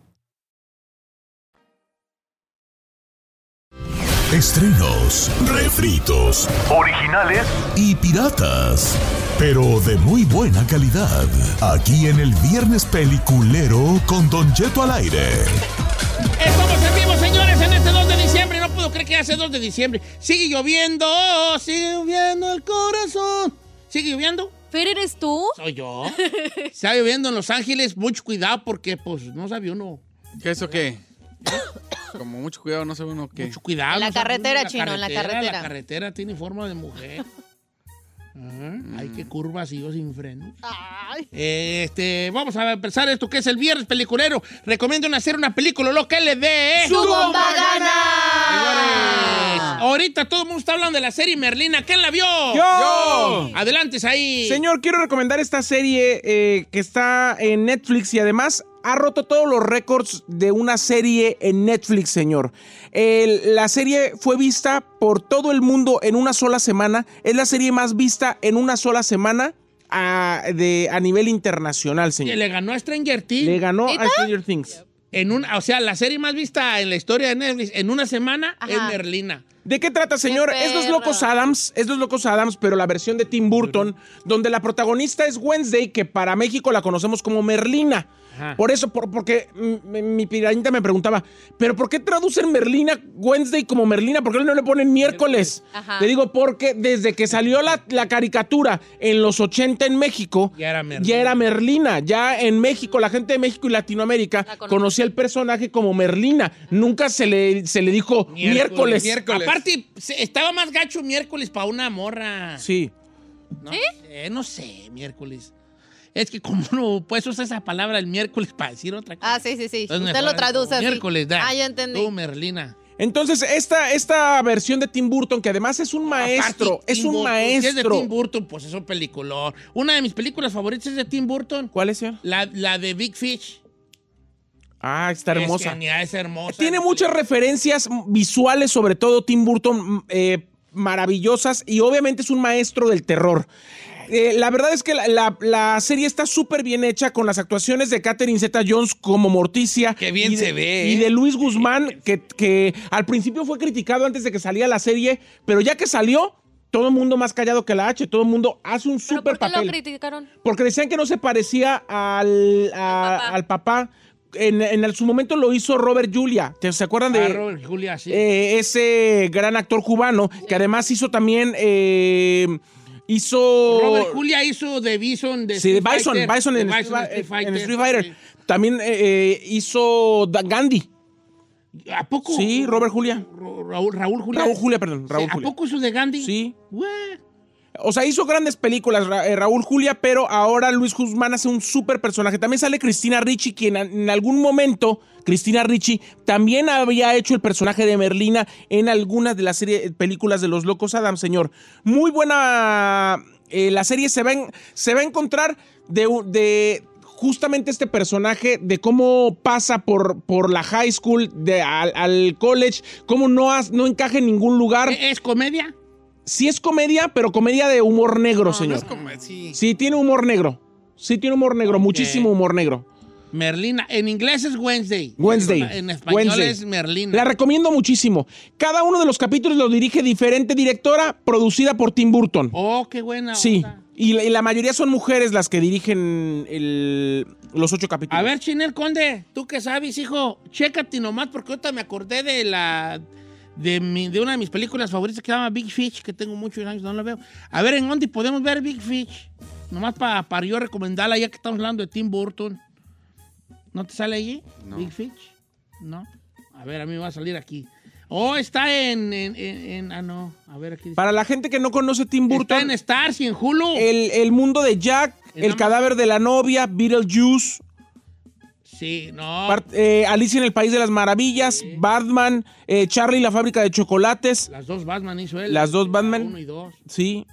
H: Estrenos, refritos,
K: originales
H: y piratas, pero de muy buena calidad. Aquí en el Viernes Peliculero con Don Jeto al aire.
B: Estamos en vivo, señores, en este 2 de diciembre. No puedo creer que hace 2 de diciembre. Sigue lloviendo, sigue lloviendo el corazón. ¿Sigue lloviendo?
D: ¿Pero eres tú?
B: Soy yo. Está lloviendo en Los Ángeles. Mucho cuidado porque, pues, no sabía uno.
C: ¿Qué eso qué? Como mucho cuidado, no sabe uno qué. Mucho
B: Cuidado.
D: En la
B: no sabe uno,
D: carretera, chino, en la carretera.
B: La carretera tiene forma de mujer. Ajá, Hay que curvas y yo sin freno.
C: Eh,
B: Este, vamos a empezar esto que es el viernes peliculero. Recomiendo hacer una película, lo que le dé. ¿eh?
K: ¡Su bomba
B: Señores, Ahorita todo el mundo está hablando de la serie Merlina. ¿Quién la vio?
E: ¡Yo!
B: Adelante, ahí.
E: Señor, quiero recomendar esta serie eh, que está en Netflix y además ha roto todos los récords de una serie en Netflix, señor. El- la serie fue vista por todo el mundo en una sola semana. Es la serie más vista en una sola semana a, de, a nivel internacional, señor.
B: Le ganó a Stranger Things.
E: Le ganó a Stranger Things.
B: En un, o sea, la serie más vista en la historia de Netflix en una semana es Merlina.
E: ¿De qué trata, señor? Es Los Locos Adams, es Los Locos Adams, pero la versión de Tim Burton, donde la protagonista es Wednesday, que para México la conocemos como Merlina.
B: Ajá.
E: Por eso, por- porque mm, mi- mi pirañita me preguntaba, ¿pero por qué traducen Merlina Wednesday como Merlina? ¿Por qué no le ponen miércoles?
B: Ajá.
E: Le digo, porque desde que salió la, la caricatura en los 80 en México,
B: Ya era Merlina.
E: ya era Merlina. Ya en México, la gente de México y Latinoamérica conocía el personaje como Merlina. Nunca se le, se le dijo miércoles.
B: Aparte, se- estaba más gacho miércoles para una morra.
E: Sí.
B: No, sé, no sé, miércoles. Es que como no puedes usar esa palabra el miércoles para decir otra cosa.
D: Ah, sí, sí, sí.
B: Es mejor
D: Usted lo traduce así.
B: Miércoles, da.
D: Ah, ya entendí.
B: Tú, Merlina.
E: Entonces, esta, esta versión de Tim Burton, que además es un maestro,
B: Aparte,
E: es
B: Tim
E: un
B: Burton. Si es de
E: maestro.
B: Tim Burton, pues es un peliculón. Una de mis películas favoritas es de Tim Burton.
E: ¿Cuál es, señor?
B: La, la de Big Fish.
E: Ah, está hermosa.
B: Es genial, es hermosa.
E: Tiene muchas referencias visuales, sobre todo Tim Burton, mm, eh, maravillosas, y obviamente es un maestro del terror. Eh, la verdad es que la, la- la serie está súper bien hecha con las actuaciones de Catherine Zeta Jones como Morticia. Que
B: bien se ve,
E: Y
B: ¿eh?
E: de Luis Guzmán, que, que al principio fue criticado antes de que salía la serie, pero ya que salió, todo el mundo más callado que la H, todo el mundo hace un súper
D: ¿Por qué lo
E: papel.
D: criticaron?
E: Porque decían que no se parecía al, a- al papá. En, en su momento lo hizo Robert Julia. ¿Te- ¿Se acuerdan de
B: Ah, Robert Julia, sí.
E: eh, ese gran actor cubano que además hizo también. eh, hizo.
B: Robert Julia hizo The Bison de
E: Sí, de
B: Street
E: Bison,
B: Fighter.
E: Bison en,
B: The
E: Street,
B: de
E: Fighter, en Street Fighter. También eh, eh, hizo Da- Gandhi.
B: ¿A poco?
E: Sí, Robert Julia.
B: Ra- Raúl, Raúl Julia.
E: Raúl Julia, perdón. Raúl
B: ¿A
E: Julia.
B: poco hizo de Gandhi?
E: Sí.
B: Güey.
E: O sea, hizo grandes películas Ra- eh, Raúl Julia, pero ahora Luis Guzmán hace un súper personaje. También sale Cristina Ricci, quien a- en algún momento, Cristina Ricci, también había hecho el personaje de Merlina en algunas de las serie- películas de Los Locos Adam, señor. Muy buena eh, la serie, se va, en- se va a encontrar de, u- de justamente este personaje, de cómo pasa por, por la high school, de, al, al college, cómo no, has- no encaja en ningún lugar.
B: ¿Es comedia?
E: Sí es comedia, pero comedia de humor negro, señor. Sí, tiene humor negro. Sí, tiene humor negro, muchísimo humor negro.
B: Merlina. En inglés es Wednesday.
E: Wednesday.
B: En español
E: Wednesday.
B: es Merlina.
E: La recomiendo muchísimo. Cada uno de los capítulos lo dirige diferente directora, producida por Tim Burton.
B: Oh, qué buena.
E: Sí. Y la, y la mayoría son mujeres las que dirigen el- los ocho capítulos.
B: A ver, Chinel Conde, tú que sabes, hijo, chécate nomás porque ahorita me acordé de la de, mi- de una de mis películas favoritas que se llama Big Fish, que tengo muchos años, no la veo. A ver, ¿en dónde podemos ver Big Fish? Nomás para yo recomendarla, ya que estamos hablando de Tim Burton. ¿No te sale allí?
C: No.
B: Big Fish. No. A ver, a mí me va a salir aquí. Oh, está en... en- en- en- ah, no. A ver, aquí dice.
E: Para la gente que no conoce Tim Burton.
B: en Stars y en Hulu.
E: El, el mundo de Jack, El cadáver de la novia, Beetlejuice.
B: Sí, no.
E: Par- eh, Alicia en el País de las Maravillas, Batman, eh, Charlie y la Fábrica de Chocolates.
B: Las dos Batman hizo él.
E: Las dos Batman.
B: Uno y dos.
E: Sí.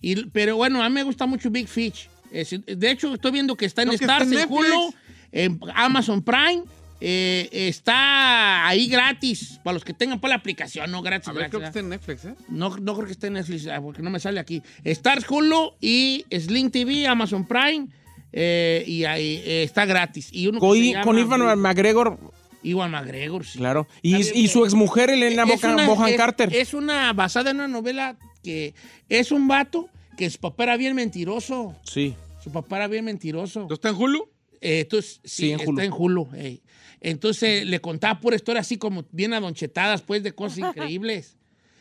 B: Y- pero bueno, a mí me gusta mucho Big Fish. Es- de hecho, estoy viendo que está en
C: No, que está
B: Stars,
C: en
B: en
C: Netflix.
B: Hulu, en Amazon Prime. Eh, está ahí gratis, para los que tengan por la aplicación, no gratis.
C: A ver,
B: gratis,
C: creo que
B: ¿verdad?
C: está en Netflix, ¿eh?
B: No, no creo que esté en Netflix, ah, porque no me sale aquí. Stars Hulu y Sling TV, Amazon Prime, eh, y ahí eh, está gratis. Y uno que
E: Con,
B: se
E: I-
B: llama-
E: con Ivan McGregor,
B: Iwan McGregor, sí.
E: claro. Y, y su exmujer, Elena
B: Es
E: Boca-
B: una-
E: Bohan
B: es-
E: Carter.
B: Es una basada en una novela que es un vato que su papá era bien mentiroso.
E: Sí.
B: Su papá era bien mentiroso.
C: ¿No está en Hulu?
B: Eh, entonces, sí,
E: Sí, en Hulu.
B: está en Hulu. ey. Entonces le contaba pura historia así como bien adonchetadas, pues, de cosas increíbles.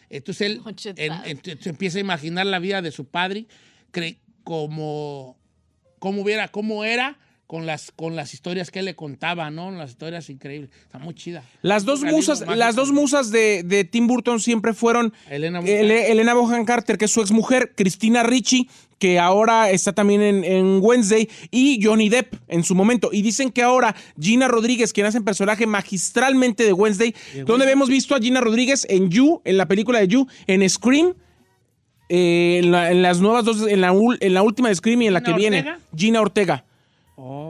B: Entonces él
D: Adonchetadas.
B: en- entonces empieza a imaginar la vida de su padre cre- como, como hubiera, cómo era con las, con las historias que él le contaba, ¿no? Las historias increíbles. Está muy chida.
E: Las dos
B: Realismo
E: musas,
B: mágico.
E: las dos musas de, de Tim Burton siempre fueron
B: Elena Bonham
E: Ele- Elena Bohan Carter, que es su exmujer, Cristina Ricci, que ahora está también en, en Wednesday, y Johnny Depp en su momento. Y dicen que ahora Gina Rodríguez, quien hace el personaje magistralmente de Wednesday, donde hemos visto a Gina Rodríguez en You, en la película de You, en Scream. eh, en, la- en las nuevas dos, en la, ul- en la última de Scream y en la
B: ¿Gina
E: que viene,
B: Ortega?
E: Gina Ortega.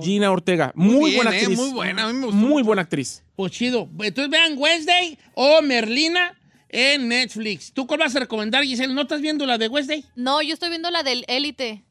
E: Gina Ortega, muy,
C: Muy bien,
E: buena
C: eh,
E: actriz.
C: muy buena, a mí me gustó
E: Muy buena actriz.
B: Pues chido. Entonces vean Wednesday o Merlina en Netflix. ¿Tú cuál vas a recomendar, Giselle? ¿No estás viendo la de Wednesday?
D: No, yo estoy viendo la del Élite.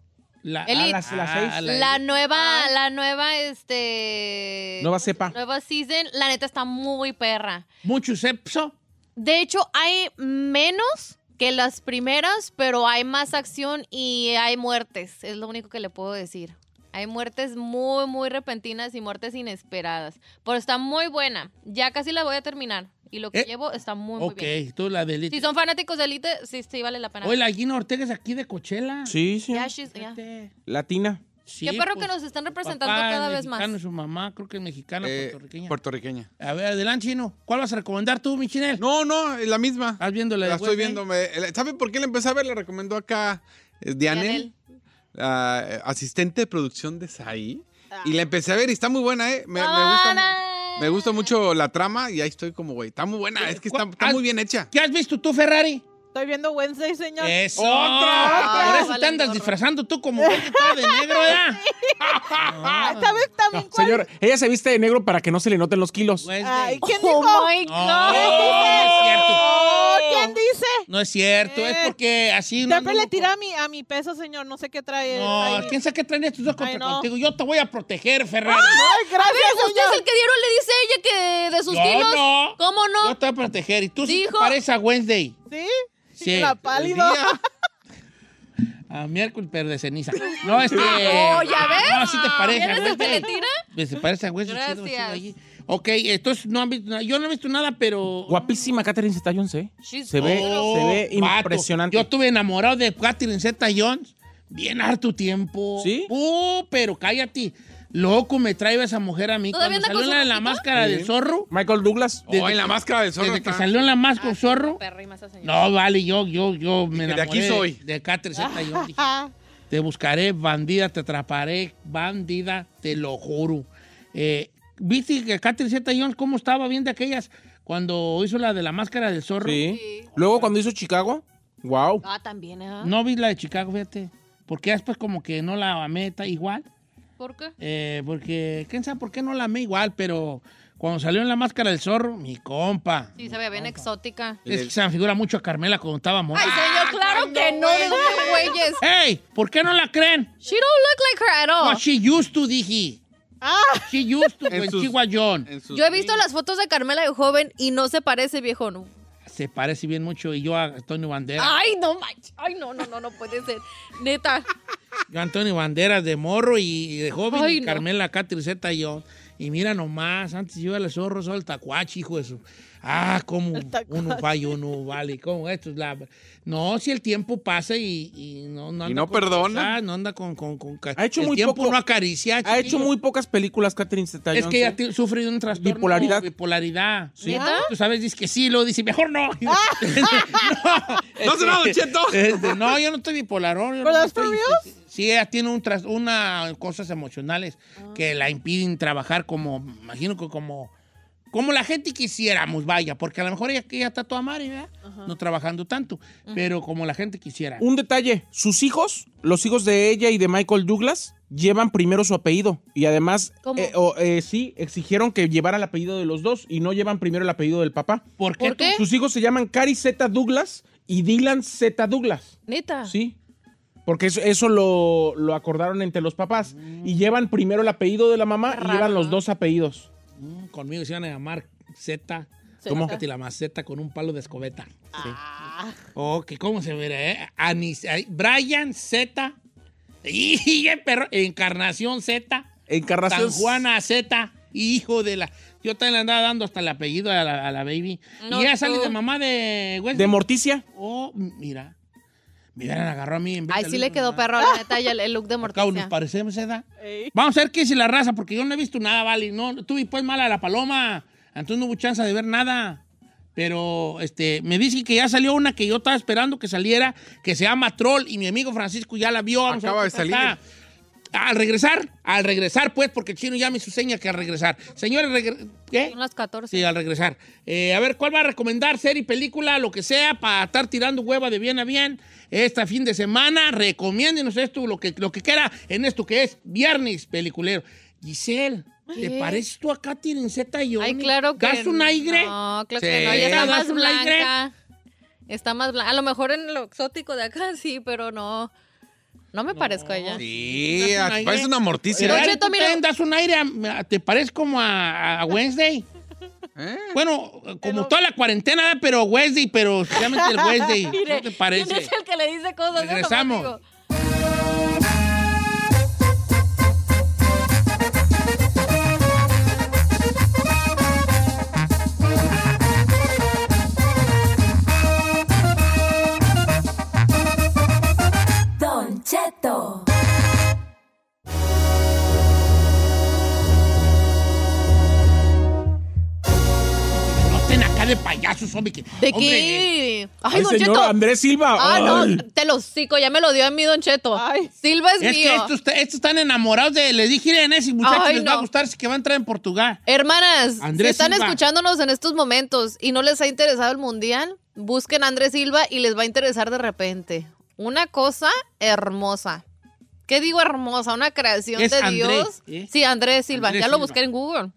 B: La,
D: Elite.
E: las- las seis. Ah.
B: a
D: Ah, La, nueva, la nueva, este...
E: Nueva cepa.
D: Nueva season. La neta está muy perra.
B: Mucho sepso.
D: De hecho, hay menos que las primeras, pero hay más acción y hay muertes. Es lo único que le puedo decir. Hay muertes muy, muy repentinas y muertes inesperadas. Pero está muy buena. Ya casi la voy a terminar. Y lo que
B: Eh,
D: llevo está muy, muy
B: Ok,
D: bien.
B: tú la de Elite.
D: Si son fanáticos de Elite, sí, sí, vale la pena.
B: Oye, la Gina Ortega es aquí de Coachella.
E: Sí, sí.
D: Ya, she's- ya.
B: Fíjate.
E: Latina.
B: Sí,
D: Qué perro
B: pues,
D: que nos están
B: su
D: representando
B: papá
D: cada
B: es
D: vez más.
B: mexicano, Su mamá, creo que es mexicana,
C: Eh,
B: puertorriqueña.
C: puertorriqueña.
B: A ver, adelante, chino. ¿Cuál vas a recomendar tú, Ah, Michinel?
C: No, no, eh, es la misma.
B: ¿Estás viendo la de ¿eh?
C: La estoy viendo.
B: Wednesday?
C: me- ¿Sabe por qué la empecé a ver? La recomendó acá eh, Dianel,
D: Dianel.
C: la, eh, asistente de producción de SAI. Y
B: Ah.
C: la empecé a ver y está muy buena, ¿eh? Me, me
D: Ah,
C: gusta,
D: Ahora.
C: mu- me gusta mucho la trama y ahí estoy como, güey, está muy buena. Es que está, está muy bien hecha.
B: Eh, ¿Qué has visto tú, Ferrari?
K: Estoy viendo Wednesday, señor.
B: ¡Eso! Ah,
C: ¡Otra!
B: Por eso
D: Vale,
B: te andas
D: gorro.
B: disfrazando tú como güey que está de negro, ¿eh? ¿verdad?
K: Ah, ¿Sabes también cuál?
E: Señor, ella se viste de negro para que no se le noten los kilos.
K: Ay,
B: Wednesday.
K: ¿Quién dijo?
D: Oh my
B: No,
D: God.
B: no es cierto.
K: Oh, ¿Quién dice?
B: No es cierto, es
K: Eh,
B: porque así no.
K: Siempre le
B: anduvo
K: tira a mi, a mi peso, señor. No sé qué trae.
B: No,
K: ahí.
B: ¿quién sabe qué traen estos dos contra
K: Ay, no.
B: contigo? Yo te voy a proteger, Ferrari.
K: Ay,
D: A ver,
K: gracias,
D: usted es
K: señor.
D: el que dieron, le dice ella que de sus
B: No,
D: kilos.
B: no.
D: ¿Cómo no?
B: Yo te voy a proteger. Y tú sí te
D: Dijo-
B: pareces a Wednesday.
K: ¿Sí?
B: Sí.
K: La pálida.
B: A miércoles, pero de ceniza. No, este.
D: Oh, ¿ya ves?
B: No, sí te parece a
D: ¿Eres el que le
B: Wednesday.
D: tira?
B: Pues, Se parece a Wednesday. chido,
D: Gracias.
B: chido allí. Ok, entonces no han visto nada. Yo no he visto nada, pero.
E: Guapísima Catherine Zeta-Jones, ¿eh?
D: She's
E: Se ve,
B: Oh,
E: se ve
B: vato.
E: impresionante.
B: Yo estuve enamorado de Catherine Zeta Jones bien harto tiempo.
E: ¿Sí?
B: Uh, pero cállate. Loco me trae esa mujer a mí.
D: ¿Todavía
B: Cuando
D: anda con
B: salió
D: su
B: la, la
D: ropita?
B: máscara del zorro.
E: Michael Douglas.
C: Oh, en la máscara del zorro
B: Desde que
C: está.
B: salió la
D: Ah,
B: máscara del zorro.
D: Perra y más a señor.
B: No, vale, yo, yo, yo me
C: Dije,
B: enamoré
C: de aquí soy.
B: De, de Catherine Zeta Jones. Dije,
K: Ah,
B: te buscaré, bandida, te atraparé, bandida, te lo juro. Eh, ¿Viste que Catherine Zeta Jones cómo estaba bien de aquellas cuando hizo la de la máscara del zorro?
E: Sí. Luego cuando hizo Chicago. Wow.
D: Ah, también, ¿eh?
B: No vi la de Chicago, fíjate. Porque después como que no la amé ta- igual.
D: ¿Por qué?
B: Eh, porque, quién sabe por qué no la amé igual, pero cuando salió en la máscara del zorro, mi compa.
D: Sí, se ve bien exótica.
B: Es que se me figura mucho a Carmela cuando estaba morra.
D: Ay, señor, claro que no, de unos güeyes.
B: ¡Ey! ¿Por qué no la creen?
D: She don't look like her at all.
B: No, she used to, dije.
K: ah,
B: She used to,
C: En
B: en
C: sus-
B: Chihuahua John.
C: En sus-
D: Yo he visto las fotos de Carmela de joven y no se parece, viejo. No.
B: Se parece bien mucho y yo a Antonio Banderas.
D: Ay, no, manches. Ay, no, no, no, no puede ser. Neta.
B: Yo a Antonio Banderas de morro y, y de joven
D: Ay,
B: y
D: no.
B: Carmela Catherine Zeta y yo. Y mira nomás, antes yo era el zorro, soy el tacuachi, hijo de su- Ah, cómo
K: tacuachi.
B: uno falla, uno vale, cómo esto es la... No, si el tiempo pasa y, y no, no
C: Y no
B: con
C: perdona.
B: cosas, no anda con... con, con ca-
E: Ha hecho
B: el
E: muy
B: tiempo
E: poco-
B: no acaricia,
E: Ha
B: chiquillo.
E: hecho muy pocas películas Catherine Zeta-Jones.
B: Es que ella
E: ¿eh?
B: ti- sufre de un trastorno.
E: Bipolaridad.
B: Bipolaridad.
E: Sí.
D: ¿Neta?
B: Tú sabes, dice que sí, luego dice, mejor no. no,
C: ¡No se va, Don Cheto!
B: este, no, yo no estoy bipolarón. yo
K: ¿Pero
B: no
K: that's
B: estoy-
K: for real?
B: Sí, Sí, ella tiene un tras- una cosas emocionales que la impiden trabajar como, imagino que como, como la gente quisiéramos, vaya, porque a lo mejor ella, ella está toda madre, ¿verdad? No trabajando tanto, pero como la gente quisiera.
E: Un detalle, sus hijos, los hijos de ella y de Michael Douglas, llevan primero su apellido. Y además,
B: ¿Cómo?
E: eh, o, eh, sí, exigieron que llevara el apellido de los dos y no llevan primero el apellido del papá.
B: ¿Por
D: qué ¿Por tú? qué?
E: Sus hijos se llaman Cari Z. Douglas y Dylan Z. Douglas.
D: Neta.
E: Sí. Porque eso, eso lo, lo acordaron entre los papás. Y llevan primero el apellido de la mamá y llevan los dos apellidos.
B: Mm, Conmigo se iban a llamar Z.
E: Zeta.
B: ¿Cómo? Sácate la maceta con un palo de escobeta. Sí. Oh, que cómo se verá, ¿eh? Anis- ay, Brian Z. Y el perro. Encarnación Z.
E: Encarnación
B: San Juana Z. Hijo de la. Yo también le andaba dando hasta el apellido a la, a la baby.
E: No,
B: y ella sale
E: tú.
B: de mamá de Wesley.
E: De Morticia.
B: Oh, mira. Me hubieran agarrado a mí en vez
D: Ay,
B: de
D: sí
B: Luis
D: le quedó
B: Ronaldo.
D: perro, la neta, y el, el look de
B: Cabo, nos
D: Morticia.
B: parecemos, ¿verdad? Vamos a ver qué dice la raza, porque yo no he visto nada, vale. No, tuve pues mala la paloma. Entonces no hubo chance de ver nada. Pero este, me dicen que ya salió una que yo estaba esperando que saliera, que se llama Troll, y mi amigo Francisco ya la vio. Vamos a
C: Acaba
B: ver
C: de
B: qué
C: salir.
B: pasa. Al regresar, al regresar, pues, porque el chino ya me hizo seña que al regresar. Señores, regre- ¿qué?
D: Son las 14.
B: Sí, al regresar. Eh, a ver, ¿cuál va a recomendar serie, película, lo que sea, para estar tirando hueva de bien a bien este fin de semana? Recomiéndenos esto, lo que, lo que quiera, en esto que es Viernes Peliculero. Giselle, ¿te
D: ¿Qué?
B: pareces tú acá, Tirinceta y yo?
D: Ay, claro que
B: ¿Das un aire?
D: No, claro
B: Sí.
D: que no. Ella está
B: ¿Das
D: más
B: un aire?
D: blanca. Está más blanca. A lo mejor en lo exótico de acá sí, pero no. No me parezco a ella.
C: Sí,
B: ¿Das un aire?
C: parece una morticia.
B: Pero, ¿tú también das un aire, a- a- ¿te pareces como a, a Wednesday?
C: ¿Eh?
B: Bueno, como toda la cuarentena, ¿verdad? pero Wednesday, pero especialmente el Wednesday.
D: Mire,
B: ¿No te parece?
D: ¿Quién es el que le dice cosas? Yo
B: Regresamos.
D: nomás digo.
F: Don Cheto.
B: No estén acá de payasos, hombre. que-
D: ¿De
B: hombre,
D: qué? Ay,
E: Ay,
D: Don
E: señor
D: Cheto.
E: Andrés Silva.
D: Ah,
E: Ay.
D: no, te lo cico, ya me lo dio a mí, Don Cheto. Silva es,
B: Es
D: mío.
B: que estos, estos están enamorados de. Les dije, miren, ese muchacho
D: Ay,
B: les va a
D: no.
B: gustar, ese que va a entrar en Portugal.
D: Hermanas,
B: Andrés
D: si están
B: Silva.
D: escuchándonos en estos momentos y no les ha interesado el mundial, busquen a Andrés Silva y les va a interesar de repente. Una cosa hermosa. ¿Qué digo hermosa? Una creación
B: Es
D: de
B: Andrés,
D: Dios.
B: ¿eh?
D: Sí, Andrés Silva.
B: Andrés
D: ya
B: Silva.
D: lo busqué en Google.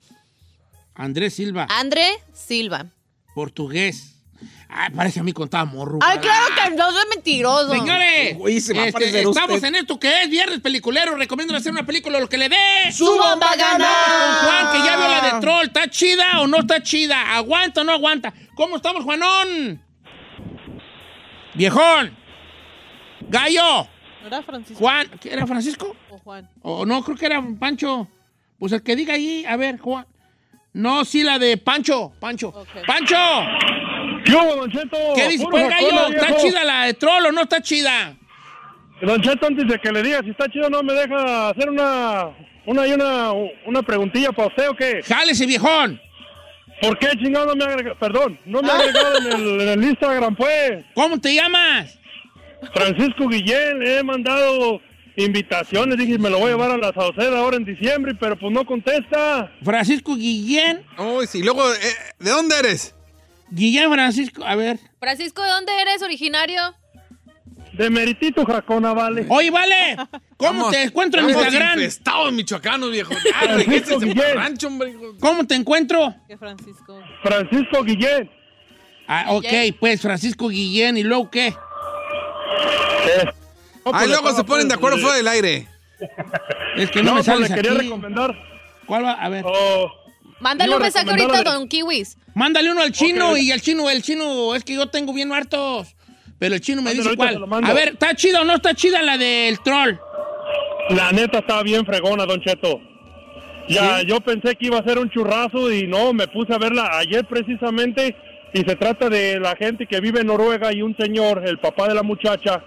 B: Andrés Silva,
D: Andrés Silva.
B: portugués. Ay, Ah, parece a mí contaba morro.
D: Ay,
B: güey.
D: claro que no soy mentiroso.
B: Señores,
E: Güey, se va a
B: este,
E: aparecer
B: estamos
E: usted.
B: en esto que es viernes peliculero. Recomiendo hacer una película lo que le dé.
D: ¡Su bomba gana!
B: Vamos con Juan, que ya vio la de troll. ¿Está chida o no está chida? ¿Aguanta o no aguanta? ¿Cómo estamos, Juanón? Viejón. Gallo.
K: ¿No era Francisco
B: Juan. ¿qué ¿Era Francisco?
K: o Juan?
B: O no, creo que era Pancho. Pues el que diga ahí, a ver, Juan. No, sí, la de Pancho, Pancho. ¡Pancho!
L: ¿Qué hubo, Don Cheto?
B: ¿Qué dice,
L: Puro
B: pues, gallo?
L: sacona,
B: ¿Está
L: viejo.
B: chida la de troll o no está chida?
L: Don Cheto, antes de que le diga si está chido o no, ¿me deja hacer una, una, y una, una preguntilla para usted o qué?
B: ¡Jálese, viejón! Ah.
L: ¿Por qué chingado no me ha agregado? Perdón, no me ha agregado en el, en el Instagram, pues.
B: ¿Cómo te llamas?
L: Francisco Guillén, le he mandado invitaciones, dije, me lo voy a llevar a la Sauceda ahora en diciembre, pero pues no contesta.
B: Francisco Guillén.
C: Uy, sí. Luego, eh, ¿de dónde eres?
B: Guillén Francisco, a ver.
D: Francisco, ¿de dónde eres originario?
L: De meritito, Jacona, vale.
B: Oye, vale, ¿cómo te encuentro en Instagram?
C: Estamos michoacanos, viejo. Ah, regrésense
L: Guillén.
C: para el rancho, hombre. hijo.
B: ¿Cómo te encuentro?
K: Que Francisco.
L: Francisco Guillén.
B: Ah, ok, pues Francisco Guillén, ¿y luego qué?
L: Eh.
C: Ahí Ah, luego se ponen de acuerdo fuera del aire.
B: Es que no, me
L: pues,
B: sales
L: le quería
B: aquí.
L: recomendar. Oh,
B: ¿Cuál va? A ver.
D: Mándale
L: Iba
D: un
L: a
D: mensaje
L: recomendar
D: ahorita a
L: la de-
D: Don Kiwis.
B: Mándale uno al chino
L: Ok.
B: y al chino, el chino, es que yo tengo bien hartos. Pero el chino me
L: Ándale,
B: dice
L: ahorita se
B: cuál.
L: lo mando.
B: A ver, ¿está chida o no está chida la del troll?
L: La neta está bien fregona, Don Cheto. Ya, yo pensé que iba a ser un churrazo y no, me puse a verla ayer precisamente y se trata de la gente que vive en Noruega y un señor, el papá de la muchacha,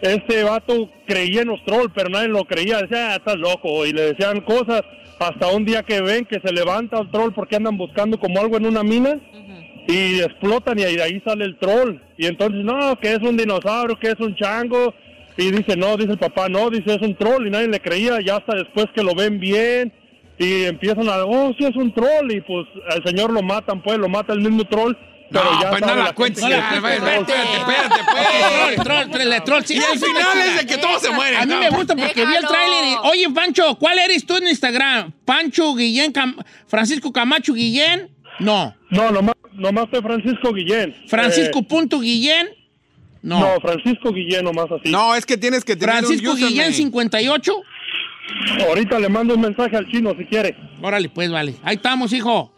L: este vato creía en los trolls, pero nadie lo creía, decía, "Ah, estás loco, y le decían cosas hasta un día que ven que se levanta el troll porque andan buscando como algo en una mina y explotan y ahí- de ahí sale el troll. Y entonces, no, que es un dinosaurio, que es un chango. Y dice, no, dice el papá, no, dice, es un troll y nadie le creía, ya hasta después que lo ven bien y empiezan a, oh, sí es un troll y pues al señor lo matan, pues lo mata el mismo troll. Pero
C: No,
L: ya
C: pues, no
L: sabe
C: la
L: gente
C: cuentes,
L: que
C: ya,
L: es un
C: espérate,
L: troll.
C: espérate, Eh, espérate, pues.
B: Troll, troll, troll, el troll, sí.
C: Y al final es de que todos se mueren,
B: A mí
C: ¿no?
B: me gusta porque vi el
C: Déjalo.
B: tráiler y... Oye, Pancho, ¿cuál eres tú en Instagram? ¿Pancho Guillén, Cam- Francisco Camacho Guillén? No.
L: No, nomás, nomás soy Francisco Guillén.
C: Eh.
L: Eh,
B: Francisco punto Guillén. No.
L: No, Francisco Guillén nomás así.
C: No, es que tienes que tener
B: Francisco
C: un username.
B: Guillén 58.
L: Ahorita le mando un mensaje al chino si quiere.
B: Órale, pues vale. Ahí estamos, hijo.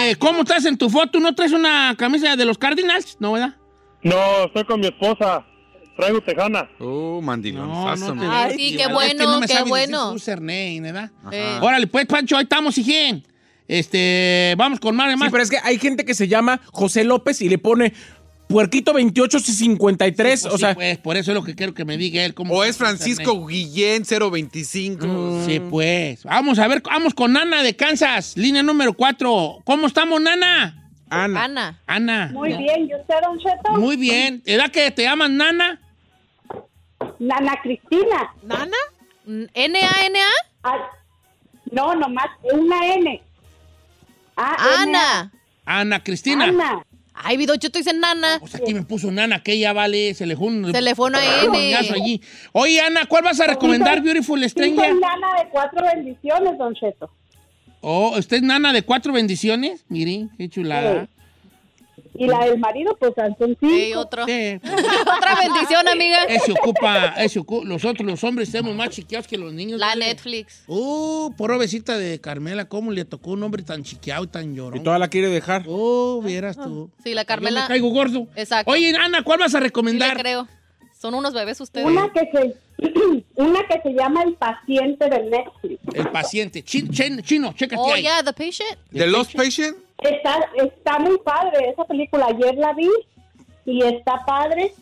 B: Eh, ¿Cómo estás en tu foto? ¿No traes una camisa de los Cardinals? ¿No, verdad?
L: No, estoy con mi esposa. Traigo tejana.
C: Uh, mandilón.
B: No te-
D: Ay, sí, qué
B: Es que
D: bueno,
B: no me
D: qué
B: sabe decir
D: bueno.
B: su username, ¿verdad?
D: Sí.
B: Órale, pues, Pancho, ahí estamos, hijín. Este, vamos con más, más.
E: Sí, pero es que hay gente que se llama José López y le pone puerquito 2853,
B: Sí,
E: o
B: pues,
E: sea...
B: sí, pues, por eso es lo que quiero que me diga él. ¿cómo
C: O
B: está
C: es
B: su username?
C: Francisco Guillén 025.
B: Sí, pues. Vamos a ver, vamos con Ana de Kansas, línea número 4. ¿Cómo estamos, Nana?
E: Ana.
D: Ana.
B: Ana.
M: Muy bien, ¿y usted, Don Cheto?
B: Muy bien. ¿Edad que te llaman Nana?
M: Nana Cristina.
K: ¿Nana?
D: ¿N-A-N-A?
M: Ah, no, nomás una N.
B: Ah,
M: A, N, A.
D: Ah, Ana.
B: Ana Cristina.
D: Ay, Vidochito dice nana.
B: Pues aquí me puso Nana, que ya vale, se le fue un...
D: Se le fue una N.
B: coñazo allí. Oye, Ana, ¿cuál vas a recomendar, Beautiful
M: Sí,
B: Stranger?
M: soy Nana de cuatro bendiciones, Don Cheto.
B: Oh, ¿usted es Nana de cuatro bendiciones? Miren, qué chulada.
M: Y la del marido, pues son cinco.
D: Sí, otro.
B: Sí.
D: Otra bendición, amiga.
B: Ese ocupa, ese ocu- Nosotros los hombres estamos más chiqueados que los niños.
D: La
B: ¿vale?
D: Netflix.
B: Oh, pobrecita de Carmela, ¿cómo le tocó un hombre tan chiqueado y tan llorón?
E: Y toda la quiere dejar.
B: Oh, vieras tú.
D: Sí,
B: Yo
D: la
B: me
D: Carmela.
B: caigo gordo.
D: Exacto.
B: Oye, Ana, ¿cuál vas a
D: Ah, Sí le
B: recomendar?
D: creo. Son unos bebés ustedes.
M: Una que se una que se llama El paciente del Netflix.
B: El paciente. Chin- chin- chino, chécate
D: Oh,
B: ahí.
D: yeah, The Patient.
C: ¿De Lost Patient?
M: Está está muy padre esa película. Ayer la vi y está padre.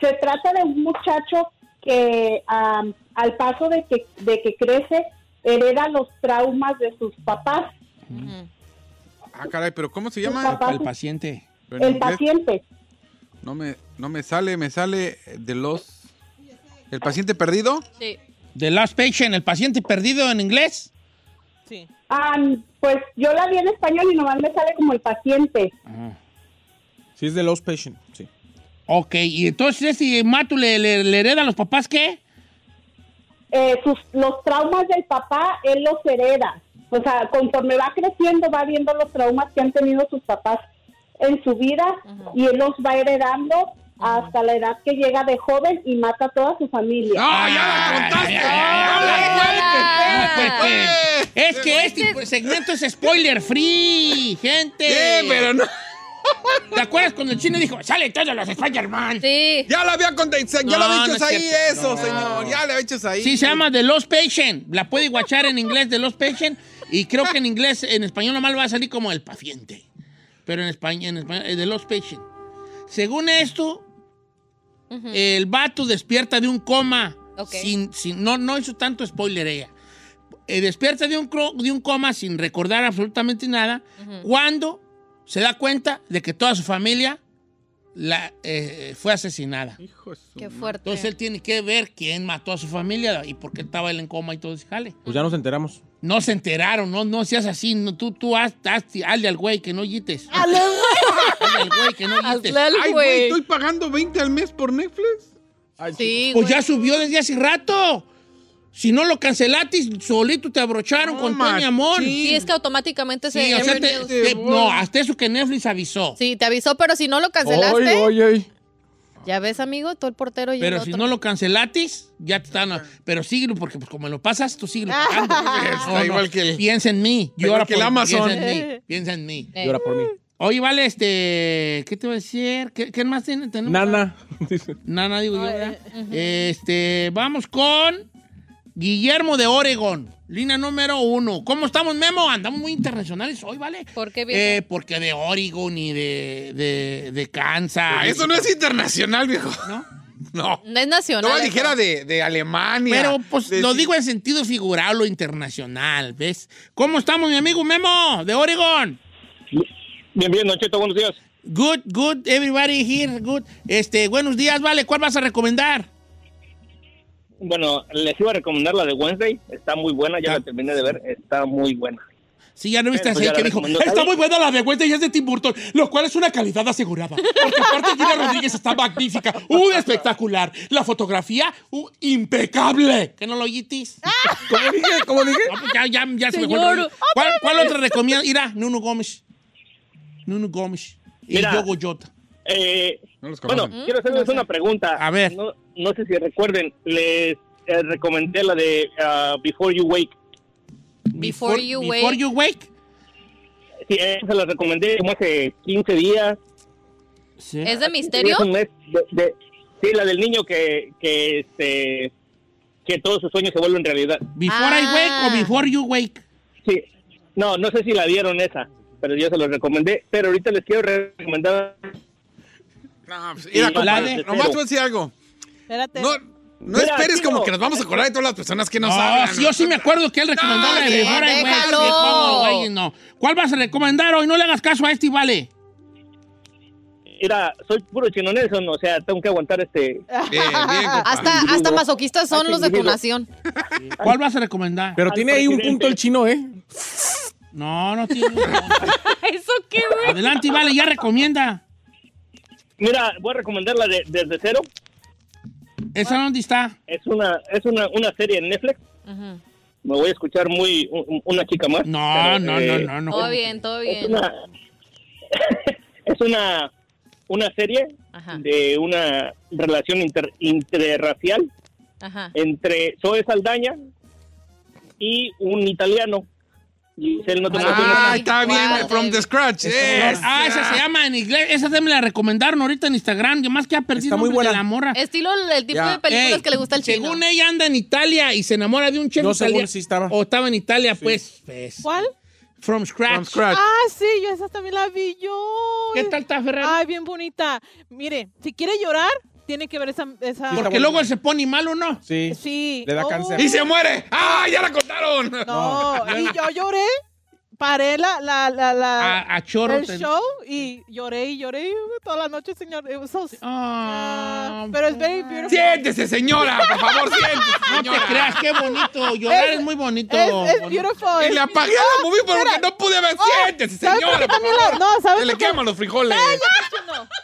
M: Se trata de un muchacho que am, al paso de que de que crece hereda los traumas de sus papás.
C: Ah, caray, pero ¿cómo se
M: El
C: llama?
M: papá. El
B: paciente.
C: Pero en
M: el
C: inglés
M: paciente.
C: No me, no me sale, me sale de los... ¿El paciente perdido?
D: Sí.
B: The Last Patient, el paciente perdido en inglés.
M: Am, pues yo la vi en español y nomás me sale como el paciente.
E: Sí, es de Lost Patient, sí.
B: Ok, y entonces si Matu le, le, le hereda a los papás, ¿qué?
M: eh, sus, los traumas del papá, él los hereda. O sea, conforme va creciendo, va viendo los traumas que han tenido sus papás en su vida y él los va heredando hasta la edad que llega de joven y mata a toda su familia.
C: Eh,
B: Pues, es que este pues, segmento es spoiler free, gente.
C: Sí, Eh, pero no.
B: ¿Te acuerdas cuando el chino dijo, sale todos los Spider-Man?
D: Sí.
C: Ya lo había contestado, ya
B: No,
C: lo había
B: no es
C: hecho ahí
B: cierto.
C: eso,
B: No.
C: señor. Ya lo había hecho ahí.
B: Sí, se llama The Lost Patient. La puede guachar en inglés, The Lost Patient. Y creo que en inglés, en español nomás va a salir como el paciente. Pero en español, en español eh, The Lost Patient. Según esto, el vato despierta de un coma.
D: Mm. Ok.
B: Sin, sin, no, no hizo tanto spoiler ella. Eh, despierta de un, cro- de un coma sin recordar absolutamente nada. Cuando se da cuenta de que toda su familia la, eh, fue asesinada.
D: Qué fuerte.
B: Entonces él tiene que ver quién mató a su familia y por qué estaba él en coma y todo ese jale.
E: Pues ya nos enteramos.
B: No se enteraron, no, no seas así. No, tú, tú, haz, haz- hazle al güey que no yites.
D: Hazle al
B: Hazle al güey que no yites.
D: Hazle al
C: Ay, güey,
D: güey.
C: estoy pagando 20 al mes por Netflix.
D: Sí,
B: Pues
D: güey.
B: ya subió desde hace rato. Si no lo cancelatis, solito te abrocharon con todo mi amor.
C: machín.
D: Sí, es que automáticamente
B: Sí,
D: se...
B: o sea, te-
D: Evernews.
B: te- no, hasta eso que Netflix avisó.
D: Sí, te avisó, pero si no lo cancelaste...
E: Oye, oye.
D: Ya ves, amigo, todo el portero y el
B: Pero
D: otro.
B: si no lo cancelatis, ya te están. Pero síguelo, porque pues, como lo pasas, tú síguelo pagando. No, no,
C: igual que el-
B: Piensa en mí. Yo
C: igual
B: ahora
C: que el
B: por-
C: Amazon.
B: Piensa en mí. Piensa en mí.
D: Eh,
E: Llora por mí.
B: Oye, vale, este. ¿Qué te voy a decir? ¿Qué, qué más tiene- tenemos?
E: Nana. dice.
B: Nana, digo yo, ¿verdad? Este. Vamos con. Guillermo de Oregon, línea número uno. ¿Cómo estamos, Memo? Andamos muy internacionales hoy, ¿vale?
D: ¿Por qué viejo?
B: Eh, porque de Oregon y de, de, de Kansas.
C: Ah, eso no es internacional, viejo.
B: ¿No?
C: No.
D: No es nacional.
C: No,
D: eso.
C: dijera de, de Alemania.
B: Pero pues
C: De-
B: lo digo en sentido figurado, lo internacional, ¿ves? ¿Cómo estamos, mi amigo Memo de Oregon?
L: Bien, bien, Don Cheto, buenos días.
B: Good, good, everybody here, good. Este, buenos días, vale, ¿cuál vas a recomendar?
N: Bueno, les iba a recomendar la de Wednesday. Está muy buena, ya la terminé de ver. Está muy buena.
B: Sí, ya no viste
N: Pero
B: así
N: Pues ya la
B: que dijo,
N: recomendó
B: está
N: Javi".
B: muy buena la de Wednesday y es de Tim Burton, lo cual es una calidad asegurada. Porque aparte Gina Rodríguez está magnífica, ¡uh, espectacular! La fotografía, ¡uh, impecable! ¿Que no lo oyitis? ¿Cómo dije? ¿Cómo dije? Ah, pues ya, ya, ya se me fue el
N: Señor,
B: rollo.
N: otra
D: ¡Oh,
B: ¿Cuál,
N: vez.
B: cuál otra recomienda? Irá, Nuno Gómez. Nuno Gómez. Y
N: Mira.
B: Yogo Jota.
N: Eh, bueno,
B: conocen.
N: quiero hacerles una pregunta. A ver. No, no sé si recuerden, les eh, recomendé la de ah, Before You Wake.
D: Before, you wake.
N: Before You Wake. Sí, eh, se la recomendé como hace 15 días.
D: ¿Es de misterio?
N: Es un mes de- de- sí, la del niño que, que, este, que todos sus sueños se vuelven realidad.
B: ¿Before I
D: Ah.
B: Wake o Before You Wake?
N: Sí. No, no sé si la vieron esa, pero yo se los recomendé. Pero ahorita les quiero recomendar
C: No, pues, mira,
N: Sí,
C: compadre,
N: la de-
C: nomás te voy a decir algo.
K: Espérate.
C: No, no
N: Mira,
C: esperes
N: digo-
C: como que nos vamos a acordar de todas las personas que nos
B: No,
C: hablan.
B: sí, yo sí me acuerdo que él recomendó la de
C: sí,
B: Before I Wake.
C: déjalo.
B: sí, cómo, güey, no. ¿Cuál vas a recomendar hoy? No le hagas caso a este, y vale.
N: Mira, soy puro chino Nelson, o sea, tengo que aguantar este.
D: hasta, hasta masoquistas son
N: Así
D: los de tu
N: digo.
D: nación.
B: ¿Cuál vas a recomendar?
E: Pero tiene ahí un punto el chino, ¿eh?
B: No, no tiene.
D: ¿Eso qué, güey?
B: Adelante, y vale, ya recomienda.
N: Mira, voy a recomendar la de Desde Cero.
B: ¿Esa dónde está?
N: Es una, es una, una serie en Netflix. Me voy a escuchar muy un- un- una chica más.
B: No,
N: pero,
B: no, no,
N: eh,
B: no, no.
D: Todo bien, todo
N: Es
D: bien.
N: una, es una, una serie de una relación inter- interracial
D: Ajá.
N: entre Zoe Saldaña y un italiano. Y él no
C: Ah, está bien, from the scratch. eh.
B: Ah, esa se llama en inglés. Esa se me la recomendaron ahorita en Instagram. que más que ha perdido
C: muy
B: nombre de
C: buena.
B: la morra.
D: Estilo el tipo
B: Ya.
D: de películas
B: Ey,
D: que le gusta al chino.
B: Según ella anda en Italia y se enamora de un chef
E: Yo según
B: italiano.
E: sí estaba.
B: O estaba en Italia, pues, pues.
K: ¿Cuál?
B: From scratch.
K: Ah, sí, yo esa también la vi yo.
B: ¿Qué tal está, Ferrari?
K: Ay, bien bonita. Mire, si quiere llorar, tiene que ver esa... esa-
B: Porque luego él se pone mal o no.
E: Sí.
K: Sí.
E: Le da
K: Oh.
E: cáncer.
C: Y se muere. ¡Ah, ya la contaron!
K: No, y yo lloré, paré la, la, la, la-
B: A- a chorro
K: el
B: te-
K: show y lloré y lloré toda la noche, señor. It was so-
B: Ah,
K: pero es very beautiful.
C: Siéntese, señora. Por favor, siéntese,
B: No te
C: señora.
B: creas, qué bonito. Llorar es,
K: Es-
B: muy bonito.
K: Es, es
B: Bonito.
K: beautiful.
C: Y le apagué la movie porque
K: espera.
C: no pude ver.
K: Oh,
C: Siéntese,
K: ¿sabes por
C: señora.
K: qué
C: Por
K: también la-
C: favor.
K: no, ¿sabes
C: Se le
K: por qué?
C: queman los frijoles.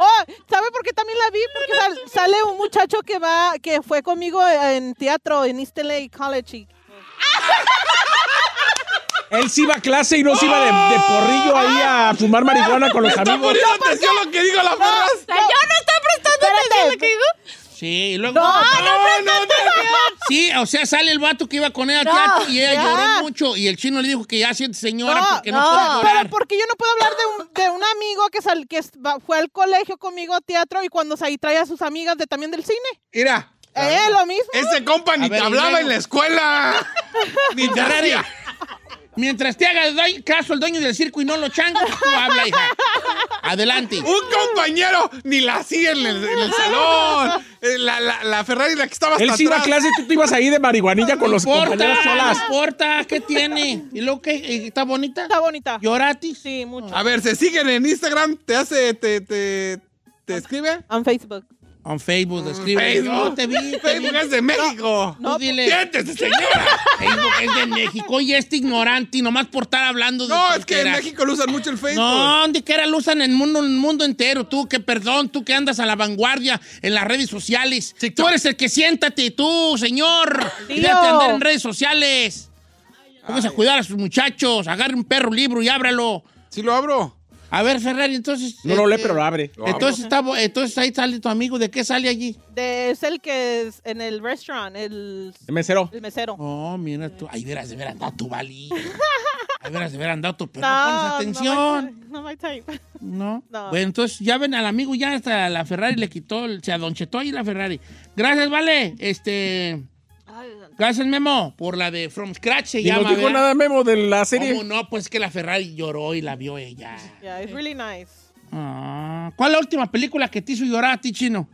K: Oh, ¿sabe por qué también la vi? Porque sal- sale un muchacho que va, que fue conmigo en teatro en East LA College. y-
E: Él sí iba a clase y no se iba de, de porrillo ahí a fumar marihuana con los
C: Está
E: amigos.
C: poniendo atención a lo que digo la morra.
D: Yo no estaba prestando atención a lo que digo.
B: Sí, y luego.
C: No, no, no.
B: Sí, o sea, sale el vato que iba con ella al
K: No,
B: teatro y ella
K: ya.
B: lloró mucho. Y el chino le dijo que ya siente señora porque no, puede
K: pero
B: llorar.
K: porque yo no puedo hablar de un, de un amigo que, sal- que es- va- fue al colegio conmigo a teatro y cuando se ahí trae a sus amigas de también del cine.
C: Mira,
K: Eh, lo mismo.
C: ese compa
B: A
C: ni
B: ver,
C: te
B: y
C: hablaba
B: luego.
C: en la escuela. Ni te
B: Ferrari.
C: hacía.
B: Mientras te haga doy- caso el dueño del circo y no lo chango, tú habla, hija. Adelante.
C: Un compañero ni la hacía en el, en el salón. Eh, La, la, la Ferrari, la que estaba hasta
E: Él sí iba a
C: atrás.
E: clase y tú te ibas ahí de marihuanilla con los
B: Porta,
E: compañeros solas.
B: no importa, ¿qué tiene? ¿Y luego qué? ¿Y ¿Está bonita?
K: Está bonita.
B: ¿Lloratis?
K: Sí, mucho.
C: A ver, se siguen en Instagram, te hace, te, te, te escribe.
K: En Facebook.
B: En Facebook,
C: Mm.
B: escribe.
C: Facebook.
B: Yo te vi, te vi.
C: Facebook es de México.
B: Tú dile,
C: Siéntese, señora.
B: Facebook es de México y este ignorante, y nomás por estar hablando de
C: No, es que en
B: tonteras.
C: México lo usan mucho el Facebook.
B: No, donde quiera lo usan en el mundo, en el mundo entero. Tú, que perdón, tú que andas a la vanguardia en las redes sociales. Tú eres el que siéntate, tú, señor.
K: Tío.
B: Déjate andar en redes sociales. Póngase a cuidar a sus muchachos. Agarre un perro libro y ábralo.
C: Sí lo abro.
B: A ver, Ferrari, entonces.
E: No lo lee,
B: este,
E: pero lo abre.
B: Entonces, está, bo- entonces ahí sale tu amigo. ¿De qué sale allí?
K: De- es el que es en el restaurant, el,
E: El mesero.
K: el mesero.
B: Oh, mira tú. Ahí verás de ver andado tu Bali. Ahí verás de ver andado tu perro.
K: no,
B: pones
K: no
B: atención.
K: my type, No, my type.
B: No.
K: No.
B: Bueno, entonces ya ven al amigo, ya hasta la Ferrari le quitó, el- se adonchetó ahí la Ferrari. Gracias, vale. Este. Gracias, Memo, por la de From Scratch se
E: Y
B: llama.
E: no dijo
B: ¿verdad?
E: nada Memo de la
B: ¿Cómo
E: serie.
B: no? Pues que la Ferrari lloró y la vio ella.
K: Yeah, it's really nice.
B: Ah, ¿Cuál es la última película que te hizo llorar a ti, chino?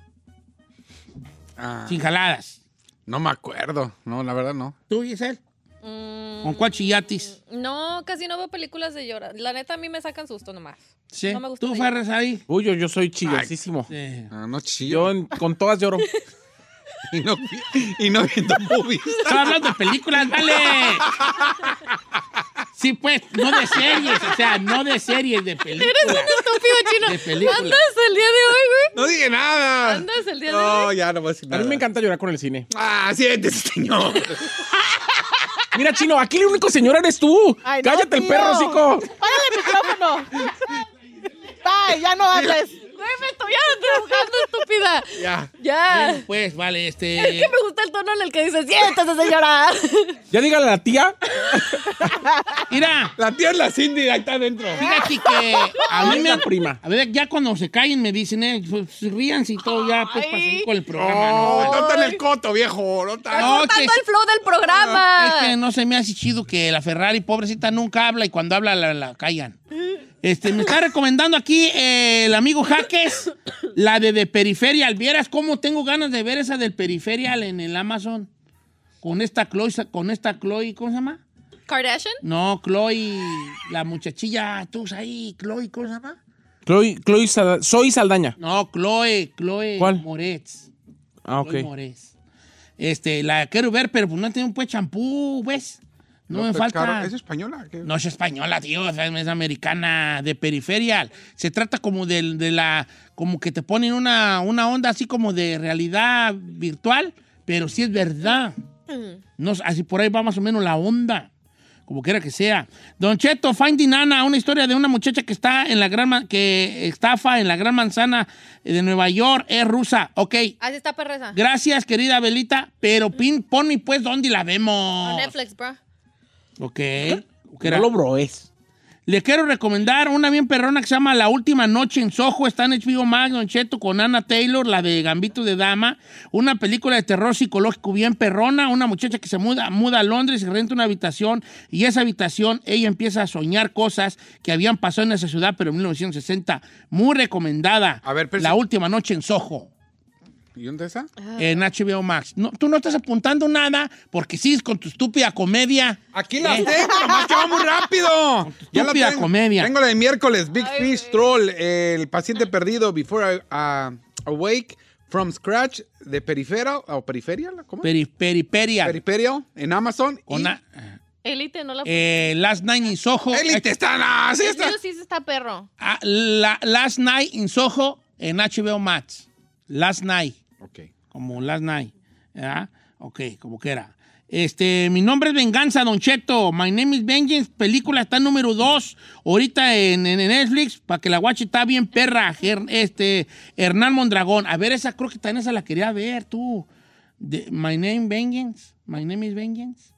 C: Ah,
B: Sin jaladas.
C: no me acuerdo. No, la verdad no.
B: ¿Tú, Giselle?
D: Mm,
B: ¿Con cuál chillatis?
D: no, casi no veo películas de llorar. La neta, a mí me sacan susto nomás.
B: Sí.
D: No me gusta
B: ¿Tú,
D: llorar.
B: Ferres, ahí?
E: Uy, yo, yo soy chillosísimo.
B: Sí.
C: Ah, no chillo.
E: Yo en- con todas lloro.
C: Y no, y no viendo movies.
B: Estoy hablando de películas, vale. Sí, pues, no de series, o sea, no de series, de películas.
D: Eres un estúpido chino.
B: De película.
D: Andas el día de hoy, güey.
C: No dije nada.
D: Andas el día de
C: No,
D: hoy.
C: ya no voy a decir
E: A
C: nada.
E: mí me encanta llorar con el cine.
C: Ah, siéntese, señor.
E: Mira, chino, aquí el único señor eres tú.
K: Ay, no,
E: Cállate el
K: tío.
E: perro, chico.
K: ¡Párale el micrófono! ¡Bye! ¡Ya no hables!
D: Güey, me estoy ahogando, estúpida.
B: Ya.
D: Ya.
B: Bueno, pues, vale, este.
D: Es que me gusta el tono en el que dices, siéntese, señora.
E: Ya dígale a la tía.
B: Mira,
C: La tía es la Cindy, ahí está adentro.
B: fíjate que a mí me.
E: prima.
B: A ver, ya cuando se caen me dicen, eh, pues, ríanse y todo, ya, pues, para seguir con el programa.
C: No,
B: No,
C: no está en el coto, viejo. No está.
B: No, que-
D: Cortando el flow del programa.
B: Ah, Es que no se me hace chido que la Ferrari, pobrecita, nunca habla y cuando habla la, la callan. Este, me está recomendando aquí eh, el amigo Jaques, la de, de Periferial. ¿Vieras cómo tengo ganas de ver esa del Periferial en el Amazon? Con esta Chloe, con esta Chloe, ¿cómo se llama?
D: ¿Kardashian?
B: No, Chloe, la muchachilla, tú ahí, Chloe, ¿cómo se llama?
E: Chloe, Chloe Salda- soy Saldaña.
B: No, Chloe, Chloe
E: ¿Cuál?
B: Moretz.
E: Ah, ok.
B: Chloe Moretz. Este, la quiero ver, pero pues no tengo pues champú, ¿ves? No, me
C: pues,
B: falta.
C: claro, ¿Es española? ¿Qué?
B: No es española, tío, es es americana de periferial. Se trata como de, de la, como que te ponen una, una onda así como de realidad virtual, pero sí es verdad. No, así por ahí va más o menos la onda, como quiera que sea. Don Cheto, Finding Anna, una historia de una muchacha que está en la gran, ma- que estafa en la gran manzana de Nueva York, es rusa. Ok,
D: Así está perreza.
B: gracias querida Belita, pero pin, ponme pues dónde la vemos.
D: Por Netflix, bro.
B: Ok.
E: No lo bro es.
B: Le quiero recomendar una bien perrona que se llama La Última Noche en Soho. Está en HBO Max, Don Cheto, con Anna Taylor, la de Gambito de Dama. Una película de terror psicológico bien perrona. Una muchacha que se muda, muda a Londres y renta una habitación. Y esa habitación, ella empieza a soñar cosas que habían pasado en esa ciudad, pero en 1960. Muy recomendada.
C: A ver, pero
B: La
C: si-
B: Última Noche en Soho.
C: ¿Y dónde está? Eh,
B: En HBO Max. No, tú no estás apuntando nada porque sigues con tu estúpida comedia. ¿Eh?
C: Aquí las tengo, nomás que va muy rápido. la
B: Estúpida
C: tengo.
B: comedia.
C: Tengo la de miércoles, Big Fish, Troll, El Paciente Perdido, Before I- ah, Awake, From Scratch, de Perifera, o Periferial, ¿cómo?
B: Peri- periperia.
C: Periperial, en Amazon.
B: Con
C: y
B: la-
D: Elite, no la.
B: Eh, ah, Last Night in Soho.
C: Élite, está la- sí
D: El
C: está.
D: mío sí se está perro.
B: Ah, la- Last Night in Soho en HBO Max. Last Night,
C: Ok.
B: como Last Night. ¿verdad? Ok, como que era. Este, mi nombre es Venganza, Don Cheto. My name is Vengeance. Película está número 2 ahorita en, en Netflix para que la guache está bien perra. Her- este, Hernán Mondragón. A ver, esa creo que también esa la quería ver tú. De- my name Vengeance. My name is Vengeance.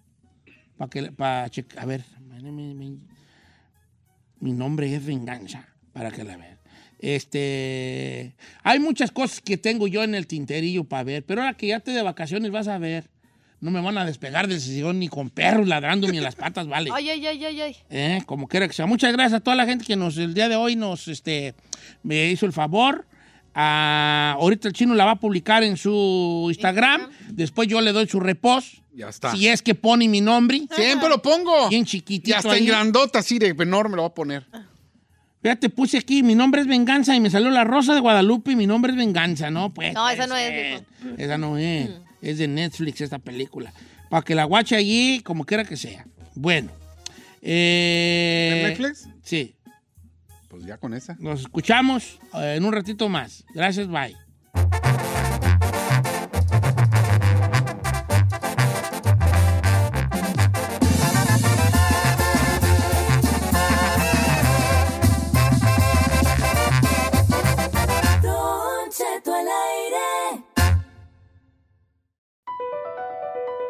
B: Para que, para checar. A ver, my name is Vengeance. Mi nombre es Venganza, para que la vean. Este, hay muchas cosas que tengo yo en el tinterillo para ver, pero ahora que ya te de vacaciones vas a ver. No me van a despegar del sillón ni con perros ladrándome en las patas, vale.
D: Ay, ay, ay, ay, ay.
B: Eh, como quiera que sea. Muchas gracias a toda la gente que nos el día de hoy nos este, me hizo el favor. Ah, ahorita el chino la va a publicar en su Instagram. Después yo le doy su repost.
C: Ya está.
B: Si es que pone mi nombre.
C: Siempre lo pongo.
B: Bien chiquitito.
C: Y hasta en
B: ahí.
C: grandota, así de enorme lo voy a poner.
B: Fíjate, puse aquí, mi nombre es Venganza y me salió la Rosa de Guadalupe y mi nombre es Venganza, ¿no? Pues,
D: No, esa no es,
B: eh, Esa no es. Es de Netflix esta película. Para que la guache allí, como quiera que sea. Bueno. eh,
C: ¿En Netflix?
B: Sí.
C: Pues ya con esa.
B: Nos escuchamos eh, en un ratito más. Gracias, bye.
F: Don Cheto al aire.